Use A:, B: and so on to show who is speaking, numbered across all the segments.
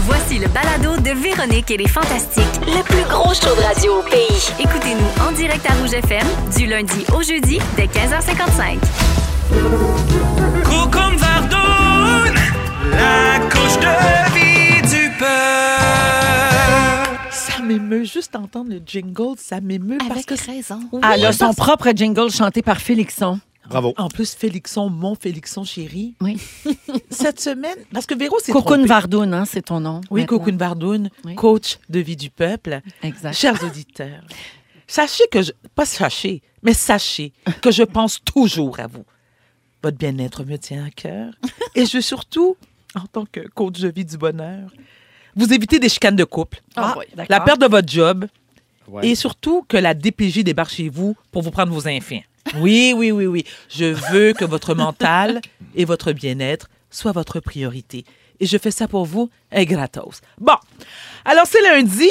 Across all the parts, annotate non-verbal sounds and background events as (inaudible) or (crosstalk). A: Voici le balado de Véronique et les Fantastiques.
B: Le plus gros show de radio au pays.
A: Écoutez-nous en direct à Rouge FM du lundi au jeudi dès 15h55.
C: Cocombe Vardoune, la couche de vie du peuple.
D: Ça m'émeut juste d'entendre le jingle, ça m'émeut parce que c'est-
E: raison.
F: Elle a Ah, son propre jingle chanté par Félixon.
G: Bravo.
D: en plus Félixon, mon Félixon chéri.
F: (laughs)
E: Oui.
D: Cette semaine, parce que Véro s'est
F: Cocoon
D: trompée.
F: Vardoun, hein, c'est ton nom.
D: Oui,
F: maintenant.
D: Cocoon Vardoun,
E: Oui.
D: coach de vie du peuple.
E: Exact.
D: Chers auditeurs, sachez que je pas sachez, mais sachez que je pense toujours à vous. Votre bien-être me tient à
F: (laughs)
D: cœur et je veux surtout en tant que coach de vie du bonheur, vous évitez des chicanes de couple,
F: Ah,
D: Ah,
F: oui, d'accord.
D: la perte de votre job
G: Ouais.
D: et surtout que la DPJ débarque chez vous pour vous prendre vos
E: (laughs)
D: enfants. Oui, oui, oui, oui. Je veux que votre mental et votre bien-être soient votre priorité. Et je fais ça pour vous, et gratos. Bon, alors c'est lundi.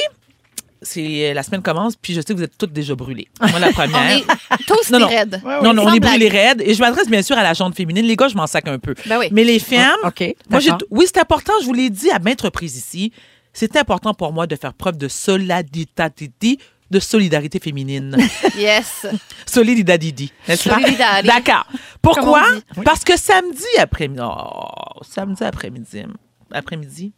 D: C'est, euh, la semaine commence, puis je sais que vous êtes toutes déjà brûlées. Moi,
E: (laughs)
D: la
E: On
D: première.
E: est tous
D: Hein? Non, non.
E: des raides.
D: Non, non, on
E: Sans
D: est
E: blague.
D: brûlées raides. Et je m'adresse bien sûr à la jambe féminine. Les gars, je m'en sac un peu.
E: Ben oui.
D: Mais les femmes,
F: Ah, OK,
D: moi, j'ai-
F: d'accord.
D: oui, c'est important, je vous l'ai dit à maintes reprises ici, c'est important pour moi de faire preuve de solidarité, de solidarité féminine.
E: Yes.
D: solidarité, n'est-ce pas?
E: Solidarité.
D: D'accord. Pourquoi?
E: Comme on
D: Parce que samedi après-midi, oh, samedi après-midi, après-midi,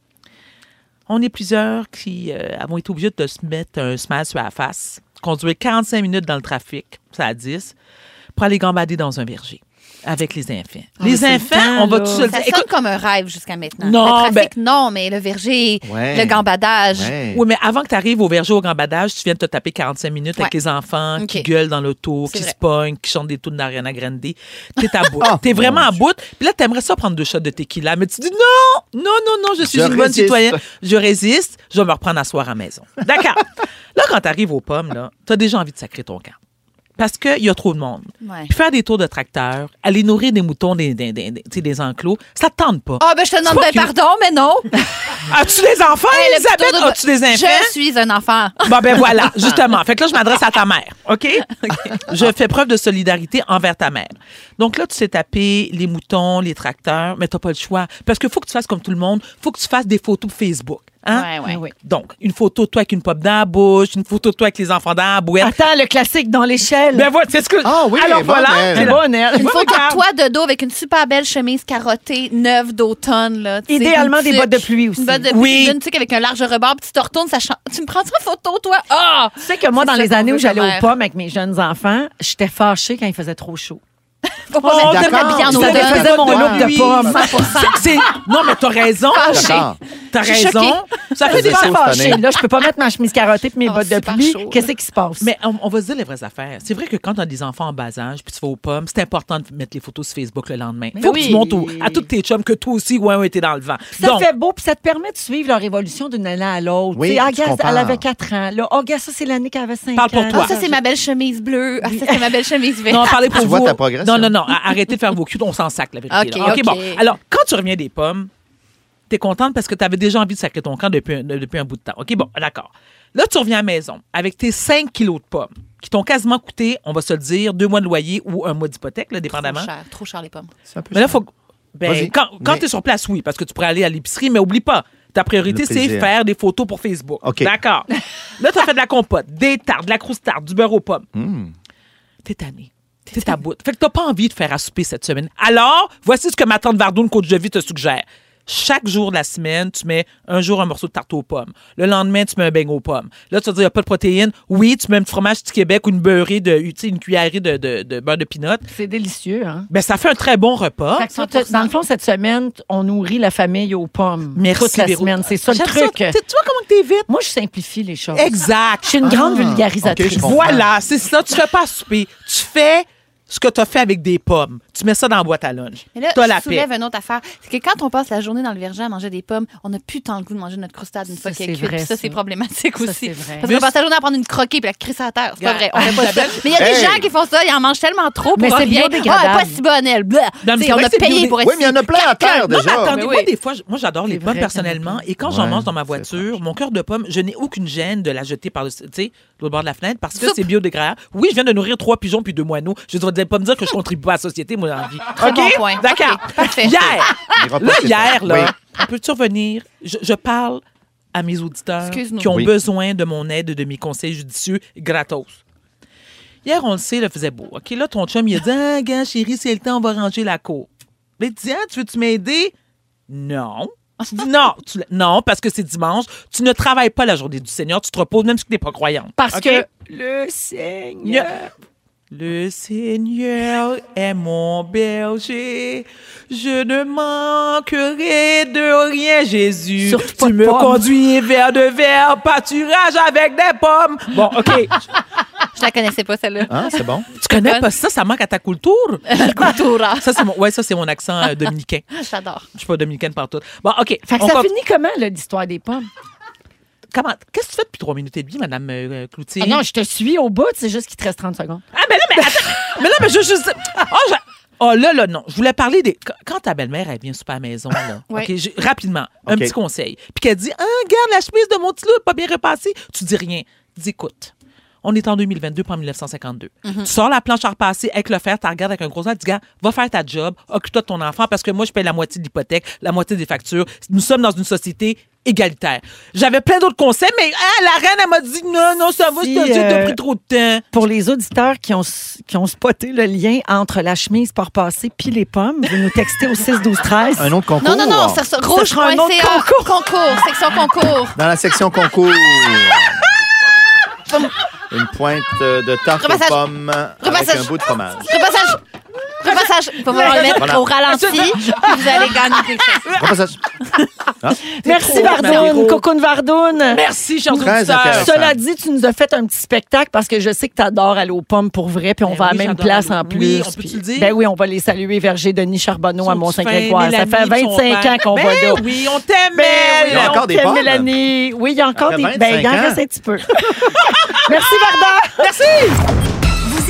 D: on est plusieurs qui euh, avons été obligés de se mettre un smile sur la face, conduire 45 minutes dans le trafic, ça à 10, pour aller gambader dans un verger avec les enfants. les
F: Ah, c'est le
D: enfants,
F: temps,
D: on va
F: là.
D: tout se le dire.
E: Ça sonne
D: Écoute,
E: comme un rêve jusqu'à maintenant.
D: Non, ben-
E: le trafic, non, mais le verger,
G: Ouais.
E: le gambadage.
G: Ouais.
D: Oui, mais avant que tu arrives au verger au gambadage, tu viens de te taper 45 minutes avec
E: Ouais.
D: les enfants qui
E: Ok.
D: gueulent dans l'auto,
E: C'est
D: qui
E: vrai.
D: se pognent, qui chantent des tours d'Ariana Grande. T'es à
G: (laughs)
D: bout.
G: Ah,
D: T'es vraiment
G: mon
D: à bout. Puis là, t'aimerais ça prendre deux shots de tequila, mais tu dis non, non, non, non, je suis
G: Je
D: une bonne
G: résiste.
D: citoyenne. Je résiste, je vais me reprendre à soir à la maison.
G: (laughs)
D: D'accord. là, quand t'arrives aux pommes, là, t'as déjà envie de sacrer ton camp. Parce qu'il y a trop de monde.
E: Ouais.
D: Puis faire des tours de tracteur, aller nourrir des moutons, des, des, des- des- tu sais, des enclos, ça te tente pas.
E: Ah, ben, je te demande
D: Fuck
E: bien
D: you.
E: pardon, mais non.
D: As-tu des enfants,
E: Hey, le
D: Elisabeth?
E: tuto de-
D: As-tu des enfants?
E: Je suis un enfant.
D: Bon, ben
E: (laughs)
D: voilà, justement. Fait que là, je m'adresse à ta mère, OK? Je fais preuve de solidarité envers ta mère. Donc là, tu sais taper les moutons, les tracteurs, mais t'as pas le choix. Parce qu'il faut que tu fasses comme tout le monde, faut que tu fasses des photos pour Facebook. Hein?
E: Ouais, ouais.
F: Ah Oui.
D: Donc, une photo de toi avec une pop dans la bouche, une photo de toi avec les enfants dans la bouette.
F: Attends, le classique dans l'échelle.
D: Ben voilà, c'est ce que...
G: Ah oui,
D: Alors
G: bonne,
D: voilà,
G: elle.
D: c'est
F: C'est
D: bon.
F: bonne, elle.
E: Une
D: Ouais,
E: photo de
D: regarde.
E: toi de dos avec une super belle chemise carottée, neuve d'automne. là, tu sais,
F: Idéalement,
E: une
F: des
E: tuque.
F: bottes de pluie aussi.
E: Une botte de
D: Oui.
E: pluie, une tuque avec un large rebord, puis tu te retournes, ça chan- tu me prends en photo, toi? Ah!
F: Tu sais que moi,
E: C'est
F: dans
E: ça
F: les
E: qu'on
F: années où
E: veut,
F: j'allais
E: Commère.
F: aux pommes avec mes jeunes enfants, j'étais fâchée quand il faisait trop chaud.
E: Faut pas
D: Oh,
E: mettre de
G: d'accord.
E: habillé en
G: Ça
E: automne.
G: défaisait
F: mon look de
D: Oui,
F: pomme.
D: 100%. C'est- Non, mais t'as raison.
F: Ah,
G: D'accord.
D: T'as
E: Je suis
D: raison. Ça fait des
G: Faisait chaud.
F: Pas
G: cette
F: fâchée.
G: année.
F: Là, je peux pas mettre ma chemise carottée et mes
E: Oh,
F: bottes de
E: super
F: pluie.
E: chaud, là.
F: Qu'est-ce qui se passe?
D: Mais on, on va se dire les vraies affaires. C'est vrai que quand tu as des enfants en bas âge, puis tu vas aux pommes, c'est important de mettre les photos sur Facebook le lendemain. Faut que
F: oui.
D: tu montres au- à toutes tes chums que toi aussi, ouais, ouais, t'es dans le vent.
F: Ça
D: Donc,
F: fait beau, puis ça te permet de suivre leur évolution d'une année à l'autre.
G: Oui,
F: Tu sais, ah,
G: tu
F: regarde,
G: compares.
F: elle avait 4 ans. Là, oh, regarde, ça, c'est l'année qu'elle avait 5
D: Parle
F: ans.
D: pour toi.
E: Ah, ça, c'est ma belle chemise bleue. Ah, ça, c'est ma belle chemise verte.
D: non, parlez pour
G: Tu
D: vous.
G: vois ta progression.
D: Non, non, non. a- Arrêtez de faire vos culs, on s'en sac, la vérité. là.
E: Ok, ok.
D: bon. Alors, quand tu reviens des pommes, t'es contente parce que t'avais déjà envie de sacrer ton camp depuis un, de- depuis un bout de temps. OK, bon, d'accord. Là, tu reviens à la maison avec tes 5 kilos de pommes qui t'ont quasiment coûté, on va se le dire, deux mois de loyer ou un mois d'hypothèque, là,
E: Trop
D: dépendamment.
E: cher, trop cher les pommes.
G: C'est un peu
D: Mais là, faut. que- Ben,
G: Vas-y.
D: quand quand
G: Mais-
D: tu es sur place, oui, parce que tu pourrais aller à l'épicerie, mais oublie pas, ta priorité,
G: Le
D: c'est
G: plaisir.
D: faire des photos pour Facebook.
G: OK.
D: D'accord. là, tu as fait de la compote, des tartes, de la croustarde, du beurre aux pommes.
G: Hmm.
D: T'es tanné. T'es à bout. Fait que t'as pas envie de faire à souper cette semaine. Alors, voici ce que ma tante Vardoune, coach de vie, te suggère. Chaque jour de la semaine, tu mets un jour un morceau de tarte aux pommes. Le lendemain, tu mets un beignet aux pommes. Là, tu vas dire, il n'y a pas de protéines. Oui, tu mets un petit fromage du Québec ou une beurrée de, tu sais, une cuillerée de, de- de beurre de pinot.
F: C'est délicieux, hein?
D: Ben, ça fait un très bon repas.
F: Fait que toi, Ah, t'as- dans le fond, cette semaine, t- on nourrit la famille aux pommes.
D: Merci,
F: Toute la
D: Véro.
F: semaine. C'est ça le
D: J'aime
F: truc.
D: Tu tu vois comment que t'es vite?
F: Moi, je simplifie les choses.
D: Exact.
F: Je suis une grande vulgarisatrice.
G: ok, je comprends.
D: Voilà, c'est ça. Tu fais pas à souper. Tu fais ce que tu as fait avec des pommes. Tu mets ça dans la boîte à lunch.
E: Mais là,
D: T'as
E: je
D: la
E: soulève
D: paix.
E: une autre affaire. C'est que quand on passe la journée dans le verger à manger des pommes, on n'a plus tant le goût de manger notre croustade une
F: Ça,
E: fois qu'elle
F: c'est
E: est cuite.
F: vrai,
E: Puis Ça,
F: ça.
E: c'est problématique
F: Ça,
E: aussi.
F: c'est vrai.
E: Parce qu'on passe la journée à prendre une croquée puis la crisser à terre. C'est pas vrai.
D: Regarde.
E: On fait pas ça. Mais il y a des
G: Hey.
E: gens qui font ça. Ils en mangent tellement trop pour
F: Mais c'est
E: rien.
F: biodégradable.
E: Ah, elle est pas si bonne, elle. Blah.
D: mais
E: Tu sais,
D: c'est
E: on
D: vrai
E: a
D: que c'est
E: payé
D: biodé-
E: pour
G: Oui, mais il y en a plein à terre
D: Non, mais
G: déjà.
D: attendez,
E: Mais
D: moi,
E: oui.
D: des fois, je- moi, j'adore les
F: C'est vrai
D: pommes
F: qu'il y en a
D: personnellement.
F: plein.
D: Et quand j'en
G: Ouais,
D: mange dans ma
G: c'est
D: voiture, mon cœur de pomme, je n'ai aucune gêne de la jeter par le, tu sais, l'autre bord de la fenêtre parce que
E: Soupe.
D: c'est biodégradable. Oui, je viens de nourrir trois pigeons puis deux moineaux. Je ne vais pas me dire que je contribue pas à la société, moi, dans la vie.
E: Très
D: OK?
E: bon point.
D: D'accord.
E: OK, parfait.
D: Hier,
G: Il repasse
D: Là,
G: les
D: hier,
G: temps.
D: là, on peut-tu revenir? Je, je parle à mes auditeurs
E: Excuse-nous.
D: qui ont
G: Oui.
D: besoin de mon aide, et de mes conseils judicieux gratos. Hier, on le sait, il faisait beau. OK, là, ton chum, il a dit Ah, gars, chérie, c'est le temps, on va ranger la cour. Mais dis, ah, tu veux-tu m'aider? Non. Tu dis non, tu- non, parce que c'est dimanche. Tu ne travailles pas la journée du Seigneur. Tu te reposes même si tu n'es pas croyante.
F: Parce
D: OK?
F: que le Seigneur.
D: Le Seigneur est mon berger, je ne manquerai de rien, Jésus.
F: Surtout pas
D: tu
F: de
D: me
F: pommes.
D: conduis vers de verts pâturages avec des pommes. Bon, OK. Ah,
E: Je la connaissais pas, celle-là.
G: Hein, c'est bon?
D: tu connais pas ça, ça manque à ta culture?
E: Cultura.
D: Ça, c'est mon, ouais, ça, c'est mon accent euh, dominicain.
E: J'adore.
D: Je suis pas dominicaine partout. Bon, OK.
F: Fait que
D: On
F: ça
D: compte-
F: finit comment, là, l'histoire des pommes?
D: Comment? Qu'est-ce que tu fais depuis trois minutes et demie, Madame euh, euh, Cloutier?
F: Ah non, je te suis au bout, c'est juste qu'il te reste 30 secondes.
D: Ah, mais là, mais attends. mais là, mais je juste. Oh, je- oh, là, là, non. Je voulais parler des. Qu- Quand ta belle-mère, elle vient super à la maison, là.
E: Ouais.
D: OK, j'ai- rapidement, un
G: OK.
D: petit conseil. Puis qu'elle dit, ah, regarde, la chemise de mon petit loup est pas bien repassée. Tu dis rien. Dis, écoute. On est en 2022, pas en 1952.
E: Mhm.
D: Tu sors la planche à repasser avec le fer, tu regardes avec un gros œil, tu dis, gars, va faire ta job, occupe-toi de ton enfant parce que moi, je paye la moitié de l'hypothèque, la moitié des factures. Nous sommes dans une société égalitaire. J'avais plein d'autres conseils, mais hein, la reine, elle m'a dit, non, non, ça va,
F: Si,
D: c'est- t'as
F: euh,
D: pris trop de temps.
F: Pour les auditeurs qui ont, s- qui ont spoté le lien entre la chemise par passé puis les pommes, vous nous textez au 6 12 13
G: Un autre concours?
E: Non, non, non, ça sera
F: sera un autre
E: rouge.ca. Concours. concours, section concours.
G: Dans la section concours. Une pointe euh, de tarte
E: Repassage.
G: aux pommes euh, avec
E: Repassage.
G: un bout de fromage.
E: Repassage. Repassage. On va le mettre
G: Voilà.
E: au ralenti.
D: (laughs)
E: puis Vous allez gagner quelque chose.
G: Repassage.
F: Merci
D: trop
F: Vardoune,
D: Marie-Rose.
F: Cocoon Vardoune.
D: Merci, chers
G: Très
D: auditeurs.
G: intéressant.
F: Cela dit, tu nous as fait un petit spectacle parce que je sais que tu adores aller aux pommes pour vrai, puis on
D: Ben
F: va à
D: oui,
F: la même
D: j'adore
F: place
D: aller-
F: en plus.
D: Oui, on peut-tu
F: puis-
D: le dire?
F: Ben oui, on va les saluer, Verger Denis Charbonneau à
D: Sont-tu
F: Mont-Saint-Grégoire.
D: fins,
F: Ça fait
D: Mélanie, son
F: 25 ans
D: père?
F: qu'on
D: Ben
F: va là.
D: Oui, on t'aime,
F: Ben
D: Mel.
F: oui,
G: Il y a
F: on
G: encore des
F: t'aime,
G: pommes.
F: Mélanie. Oui, il y a encore
G: Après
F: des.
G: 25
F: Ben, il en
G: ans.
F: reste un petit peu.
G: (laughs)
F: Merci, Varda.
A: Vous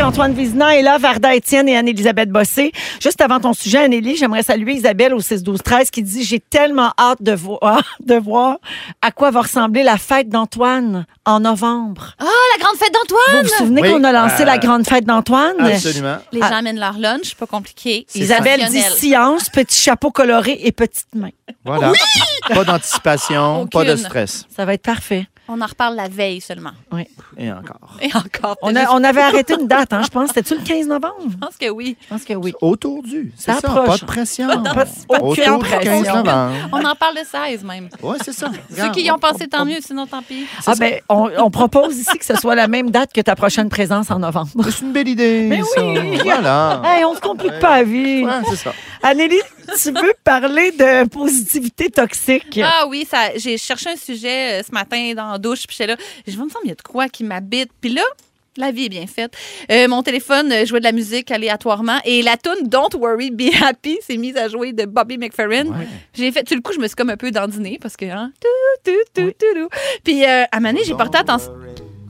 F: Antoine Vézina est là, Varda Étienne et Anne-Élisabeth Bossé. Juste avant ton sujet, Annélie, j'aimerais saluer Isabelle au 6-12-13 qui dit « J'ai tellement hâte de (laughs) voir, de voir à quoi va ressembler la fête d'Antoine en novembre.
E: Oh, la grande fête d'Antoine.
F: Vous vous souvenez
G: Oui,
F: qu'on a lancé
G: euh,
F: la grande fête d'Antoine?
G: Absolument.
E: Les
F: Ah.
E: gens amènent leur lunch, pas compliqué.
F: Isabelle dit
E: Fonctionnel.
F: science, petit chapeau coloré et petites mains.
G: Voilà. Pas d'anticipation, pas de
E: Aucune.
G: stress.
F: Ça va être parfait.
E: On en reparle la veille seulement.
G: Et encore.
E: Et (laughs) encore.
F: On, a- on avait arrêté une date, hein, je pense. C'était-tu le 15 novembre?
E: Je pense que oui.
F: Je pense que oui.
G: Autour du. C'est
F: Ça
G: ça,
F: approche.
G: pas de pression.
F: Pas-
G: Autour
F: aucune
G: du
F: pression.
G: 15 novembre.
E: On en parle le 16 même.
G: Oui, c'est ça.
E: Ceux qui y ont pensé, tant mieux, sinon tant pis.
F: Ah ben, on, on propose ici que ce soit la même date que ta prochaine présence en novembre.
G: C'est une belle idée.
F: Mais
G: ça.
F: oui.
G: Voilà.
F: Hey, on se complique pas la vie.
G: Ouais, c'est ça.
F: Anneli, tu veux parler de positivité toxique?
E: Ah oui, ça, j'ai cherché un sujet euh, ce matin dans la douche, puis j'étais là, je me semble il y a de quoi qui m'habite. Puis là, la vie est bien faite. Euh, mon téléphone euh, jouait de la musique aléatoirement et la tune Don't Worry Be Happy s'est mise à jouer de Bobby McFerrin. J'ai fait, tout le coup, je me suis comme un peu dandinée parce que hein, tout, tout, tout, tout, tout. Puis euh, à Mané, j'ai porté attention.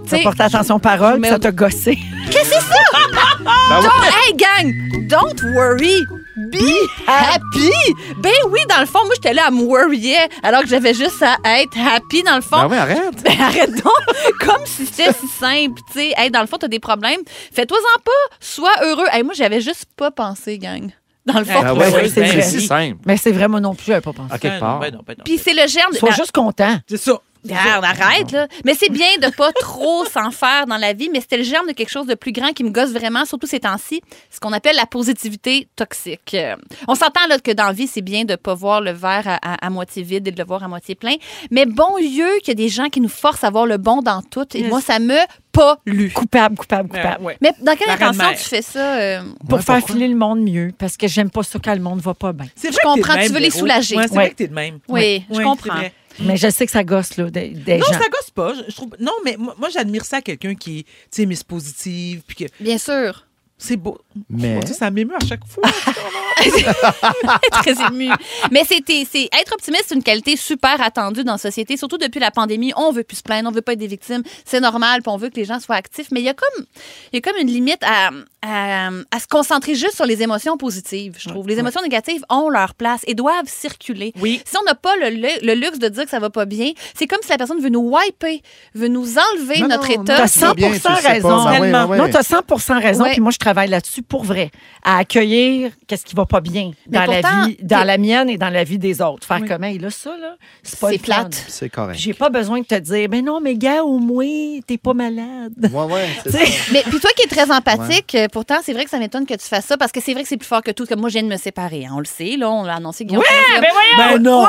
E: Tu
F: Ça
E: sais,
F: porte attention aux paroles,
E: Mais-
F: puis ça
E: (laughs)
F: t'a gossé.
G: Ben
E: Don't- hey gang, don't worry, be happy. Ben oui, dans le fond, moi j'étais là à me worrier alors que j'avais juste à être happy dans le fond.
G: Ben oui, arrête.
E: (laughs) Ben, arrête donc! (laughs) Comme si c'était si simple, tu sais. Hey, dans le fond, t'as des problèmes. Fais-toi-en pas. Sois heureux. Hey, moi, j'avais juste pas pensé, gang. Dans le fond.
G: Ben
F: ouais,
G: oui,
F: ouais, c'est
G: c'est
F: vrai.
G: si simple.
F: Mais c'est vraiment non plus, j'avais pas pensé.
G: À quelque part.
E: Puis c'est le germe. de-
F: Sois juste content.
D: C'est ça.
E: Regarde, arrête, là. Mais c'est bien de pas trop (laughs) s'en faire dans la vie, mais c'était le germe de quelque chose de plus grand qui me gosse vraiment, surtout ces temps-ci, ce qu'on appelle la positivité toxique. Euh, on s'entend, là, que dans la vie, c'est bien de pas voir le verre à, à- à moitié vide et de le voir à moitié plein, mais bon Dieu qu'il y a des gens qui nous forcent à voir le bon dans tout, et
F: Yes.
E: moi, ça me pollue.
F: Coupable, coupable, coupable.
D: Euh, ouais.
E: Mais dans quelle
D: La reine
E: intention
D: mère.
E: tu fais ça? euh,
F: Pour
G: Ouais,
F: faire
G: pourquoi?
F: filer le monde mieux, parce que j'aime pas ça quand le monde va pas bien.
D: C'est
E: Je
D: vrai que t'es
E: comprends,
D: de même,
E: tu veux les
D: Véro.
E: soulager.
D: Ouais, c'est
F: Ouais.
D: vrai que t'es de même.
E: Oui, je
D: Ouais,
E: comprends.
D: c'est vrai.
F: Mais je sais que ça gosse, là, des, des
D: Non,
F: gens.
D: ça gosse pas. Je, je trouve... Non, mais moi, moi, j'admire ça à quelqu'un qui est, tu sais, Miss Positive, puis que
E: Bien sûr.
D: c'est beau.
G: Mais.
D: Mon Dieu, ça m'émeut à chaque fois.
E: (laughs) Très ému. Mais c'est c'est- être optimiste, c'est une qualité super attendue dans la société, surtout depuis la pandémie. On veut plus se plaindre, on veut pas être des victimes. C'est normal, puis on veut que les gens soient actifs. Mais il y a comme, il y a comme une limite à, à, à se concentrer juste sur les émotions positives, je trouve. Les émotions négatives ont leur place et doivent circuler.
D: Oui.
E: Si on n'a pas le, lu- le luxe de dire que ça va pas bien, c'est comme si la personne veut nous wiper, veut nous enlever
G: Non,
E: notre
G: non,
E: état.
G: non,
F: T'as
G: c'est
F: 100
G: bien, tu le sais
F: raison.
G: pas. Ben ouais,
D: Tellement.
G: ouais,
F: Non,
G: ouais.
F: tu as 100 raison,
E: Ouais.
F: puis moi, je travaille là-dessus pour vrai. À accueillir qu'est-ce qui va pas bien
E: Mais
F: dans la
E: pourtant,
F: vie, dans
E: t'es-
F: la mienne et dans la vie des autres. Faire comment? Et là, ça, là, c'est pas
E: C'est
F: le fun.
E: plate.
G: C'est
F: Puis
G: correct.
F: J'ai pas besoin de te dire, mais non, mais gars, au moins, t'es pas malade.
G: Ouais, ouais,
F: (laughs)
G: c'est
F: T'sais,
G: ça.
E: Mais puis toi qui es très empathique, euh, pourtant c'est vrai que ça m'étonne que tu fasses ça parce que c'est vrai que c'est plus fort que tout. Comme moi je viens de me séparer, hein, on le sait, là on l'a annoncé. Guillaume, Pinel, là.
D: Ben non.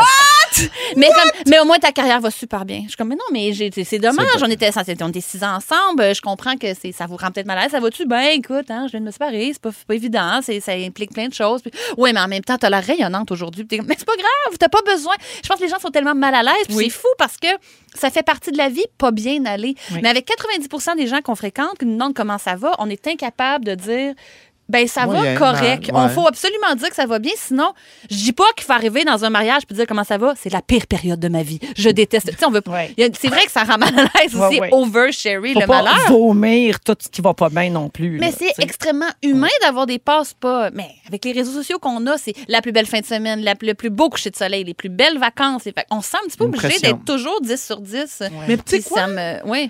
E: mais comme- mais au moins ta carrière va super bien. Je suis comme mais non mais j'ai- c'est dommage, on était censés- on était six ans ensemble. euh, Je comprends que c'est ça vous rend peut-être mal à l'aise. Ça va-tu Ben écoute, hein, je viens de me séparer, c'est pas, c'est pas évident, c'est- ça implique plein de choses. Puis, ouais mais en même temps t'as la rayonnante aujourd'hui. Puis t'es comme, Mais c'est pas grave, t'as pas besoin. Je pense que les gens sont tellement mal à l'aise. puis
D: Oui.
E: C'est fou parce que ça fait partie de la vie, pas bien aller. Mais avec 90 des gens qu'on fréquente qui nous demandent comment ça va, on est incapable de dire. Ben, ça
G: Moyen,
E: va correct.
G: mal,
E: On
G: ouais.
E: faut absolument dire que ça va bien. Sinon, je dis pas qu'il faut arriver dans un mariage puis dire comment ça va. C'est la pire période de ma vie. Je déteste. Tu sais, on veut.
F: Ouais.
E: il y a- C'est vrai que ça rend mal à l'aise
F: Ouais,
E: aussi.
F: ouais.
E: Oversharing,
F: faut
E: le
F: pas
E: malheur.
F: vomir tout ce qui va pas bien non plus.
E: Mais
F: là,
E: c'est
F: t'sais.
E: extrêmement humain d'avoir des passes pas. Mais avec les réseaux sociaux qu'on a, c'est la plus belle fin de semaine, la, le plus beau coucher de soleil, les plus belles vacances. Fait on se sent un petit peu
G: Une
E: obligé
G: pression.
E: d'être toujours 10 sur 10.
D: Mais tu sais
E: Puis
D: quoi?
E: ça me- ouais.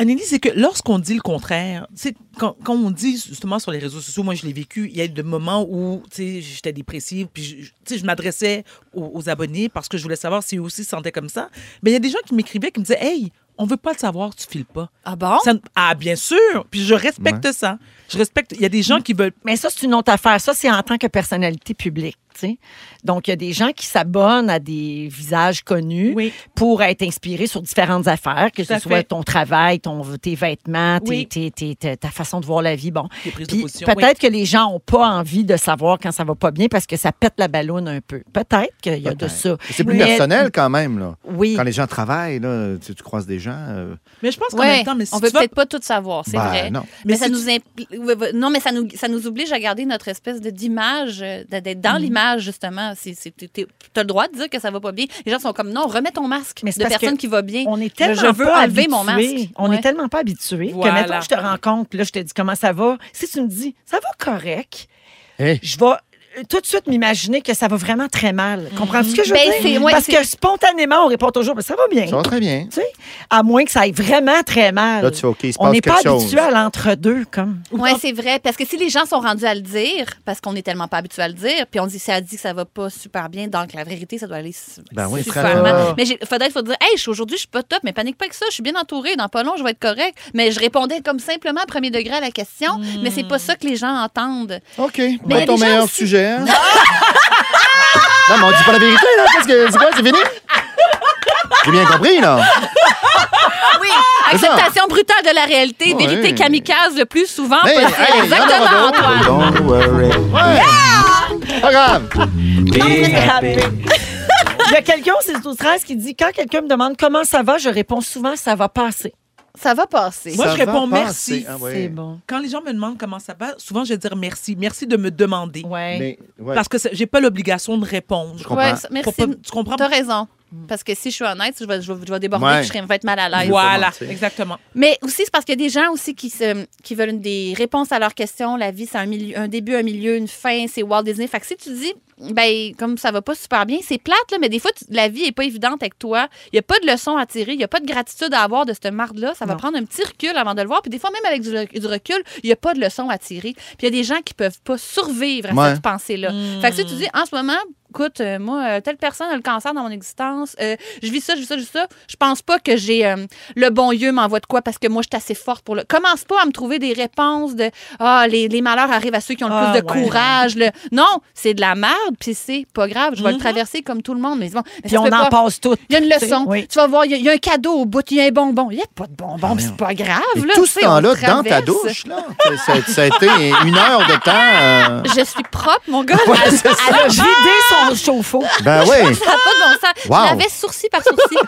D: Anneli, c'est que lorsqu'on dit le contraire, tu sais, quand, quand on dit justement sur les réseaux sociaux, moi je l'ai vécu, il y a eu des moments où tu sais, j'étais dépressive, puis je- je, tu sais, je m'adressais aux, aux abonnés parce que je voulais savoir si eux aussi se sentaient comme ça. Mais il y a des gens qui m'écrivaient, qui me disaient Hey, on veut pas le savoir, tu files pas.
E: Ah bon?
D: Ça- ah, bien sûr, puis je respecte ça. Je respecte. Il y a des gens qui veulent.
F: Mais ça, c'est une autre affaire. Ça, c'est en tant que personnalité publique. tu sais. Donc, il y a des gens qui s'abonnent à des visages connus
D: Oui.
F: pour être inspirés sur différentes affaires, que
D: Tout à
F: ce soit
D: fait.
F: ton travail, ton, tes vêtements, tes-
D: Oui.
F: tes- tes- ta- ta façon de voir la vie. Bon.
D: Des prises de
F: Puis
D: position,
F: Peut-être que les gens n'ont pas envie de savoir quand ça va pas bien parce que ça pète la balloune un peu. Peut-être qu'il y a de
G: Peut-être.
F: ça.
G: C'est plus
F: Mais-
G: personnel quand même, là.
F: Oui.
G: Quand les gens travaillent, là, tu, tu croises des gens. euh,
D: Mais je pense qu'en
E: Ouais,
D: même temps, mais si
E: on
D: tu
E: veut
D: vas-
E: peut-être pas tout savoir, c'est
G: Ben,
E: vrai.
G: non.
E: Mais,
D: Mais
E: ça
D: si
E: nous impl- non, mais ça nous ça nous oblige à garder notre espèce de d'image, euh, de- d'être
D: Mm-hmm.
E: dans l'image justement. C'est c'est- t'es- t'es- t'as le droit de dire que ça va pas bien. Les gens sont comme non, remets ton masque.
F: Mais c'est
E: de
F: parce
E: personne
F: que
E: qui va bien.
F: On est
E: Je-
F: tellement
E: je, veux
F: pas
E: enlever mon
F: habitué.
E: masque.
F: On
E: Ouais.
F: est tellement pas habitué
D: Voilà.
F: que maintenant je te rencontre, puis là je te dis comment ça va. Si tu me dis ça va correct,
G: Hey.
F: je vais euh, tout de suite m'imaginer que ça va vraiment très mal. Comprends-tu ce que je veux
E: Ben, c'est-
F: dire?
E: ouais,
F: Parce
E: c'est-
F: que spontanément, on répond toujours, Ben, ça va bien.
G: Ça va très bien.
F: Tu sais, à moins que ça aille vraiment très mal.
G: Là, tu fais OK, il se
F: on
G: passe
F: n'est pas
G: quelque chose.
F: habitué à l'entre-deux, comme.
E: Oui, c'est vrai. Parce que si les gens sont rendus à le dire, parce qu'on est tellement pas habitué à le dire, puis on dit, ça dit que ça va pas super bien, donc la vérité, ça doit aller su-
G: Ben oui,
E: super
G: très
E: mal.
G: bien.
E: Mais il faudrait, faut dire, hey, je- aujourd'hui, je suis pas top, mais panique pas avec ça, je suis bien entourée, dans pas long, je vais être correct. Mais je répondais comme simplement, premier degré à la question, mais c'est pas ça que les gens entendent.
G: Hmm. OK.
E: Mais
G: Mets
E: les
G: ton
E: gens
G: meilleur
E: aussi-
G: sujet. hein. non, mais on dit pas la vérité, là. Parce que, c'est quoi, c'est
E: (laughs)
G: fini? J'ai bien compris, là.
E: Ah
G: (laughs)
E: oui,
G: ça.
E: acceptation brutale de la réalité,
G: Ouais.
E: vérité kamikaze le plus souvent
G: Hey,
E: possible.
G: hey, y'en
E: Exactement,
G: aura d'autres.
E: Antoine.
H: Don't worry,
G: Ouais. Pas grave.
H: be happy.
F: Il y a quelqu'un au 6 12 13 qui dit quand quelqu'un me demande comment ça va, je réponds souvent ça va passer.
E: Ça va passer.
D: Moi,
G: Ça
D: je réponds
G: va passer.
D: merci.
G: Ah, ouais.
F: C'est bon.
D: Quand les gens me demandent comment ça va, souvent je vais dire merci. Merci de me demander.
F: Ouais.
G: Mais, ouais.
D: Parce que ça- j'ai pas l'obligation de répondre.
G: Je comprends.
E: Ouais, ça- merci.
D: Faut pas- tu comprends?
E: T'as raison. Parce que si je suis honnête, je vais, je vais- je vais déborder,
G: Ouais.
E: puis je, serai- je vais être mal à l'aise.
D: Voilà,
G: tu sais.
D: exactement.
E: Mais aussi, c'est parce qu'il y a des gens aussi qui, se, qui veulent une- des réponses à leurs questions. La vie, c'est un, milieu- un début, un milieu, une fin. C'est Walt Disney. Fait que si tu dis, ben, comme ça va pas super bien, c'est plate, là, mais des fois, tu- la vie est pas évidente avec toi. Il n'y a pas de leçon à tirer. Il n'y a pas de gratitude à avoir de cette marde-là. Ça va prendre un petit recul avant de le voir. Puis des fois, même avec du, rec- du recul, il n'y a pas de leçon à tirer. Puis il y a des gens qui peuvent pas survivre à
G: Ouais.
E: cette pensée-là.
F: Hmm.
E: Fait que si tu dis, en ce moment, écoute, euh, moi, euh, telle personne a le cancer dans mon existence, euh, je vis ça, je vis ça, je vis ça, je pense pas que j'ai euh, le bon Dieu m'envoie de quoi parce que moi, je suis assez forte pour le. Commence pas à me trouver des réponses de Ah, les, les malheurs arrivent à ceux qui ont le
D: Ah,
E: plus de
D: ouais.
E: courage. le- Non, c'est de la merde, puis c'est pas grave, je vais le traverser comme tout le monde. Mais bon, mais
F: Mm-hmm. Puis
E: ça
F: on
E: se fait
F: en
E: pas.
F: passe toutes.
E: Il y a une
F: tu sais.
E: leçon.
F: Oui.
E: Tu vas voir, il y a- il y, a un cadeau au bout, il y a un bonbon. Il n'y a pas de bonbon, puis c'est pas grave.
G: Et
E: là,
G: tout
E: tu
G: ce
E: sais, on
G: temps-là, dans ta
E: traverse.
G: douche, là, tu sais, ça, ça a été (laughs) une heure de temps.
E: Ah!
G: euh,
E: Je suis propre, mon gars.
G: (laughs) Ouais,
E: Elle-
G: c'est ça.
E: elle
F: Elle
E: a
F: a vidé son chauffe-eau.
E: (laughs)
G: Ben oui.
E: Ça n'a pas de bon sens.
G: Wow.
E: Je l'avais sourcil par
G: (laughs)
E: sourcil.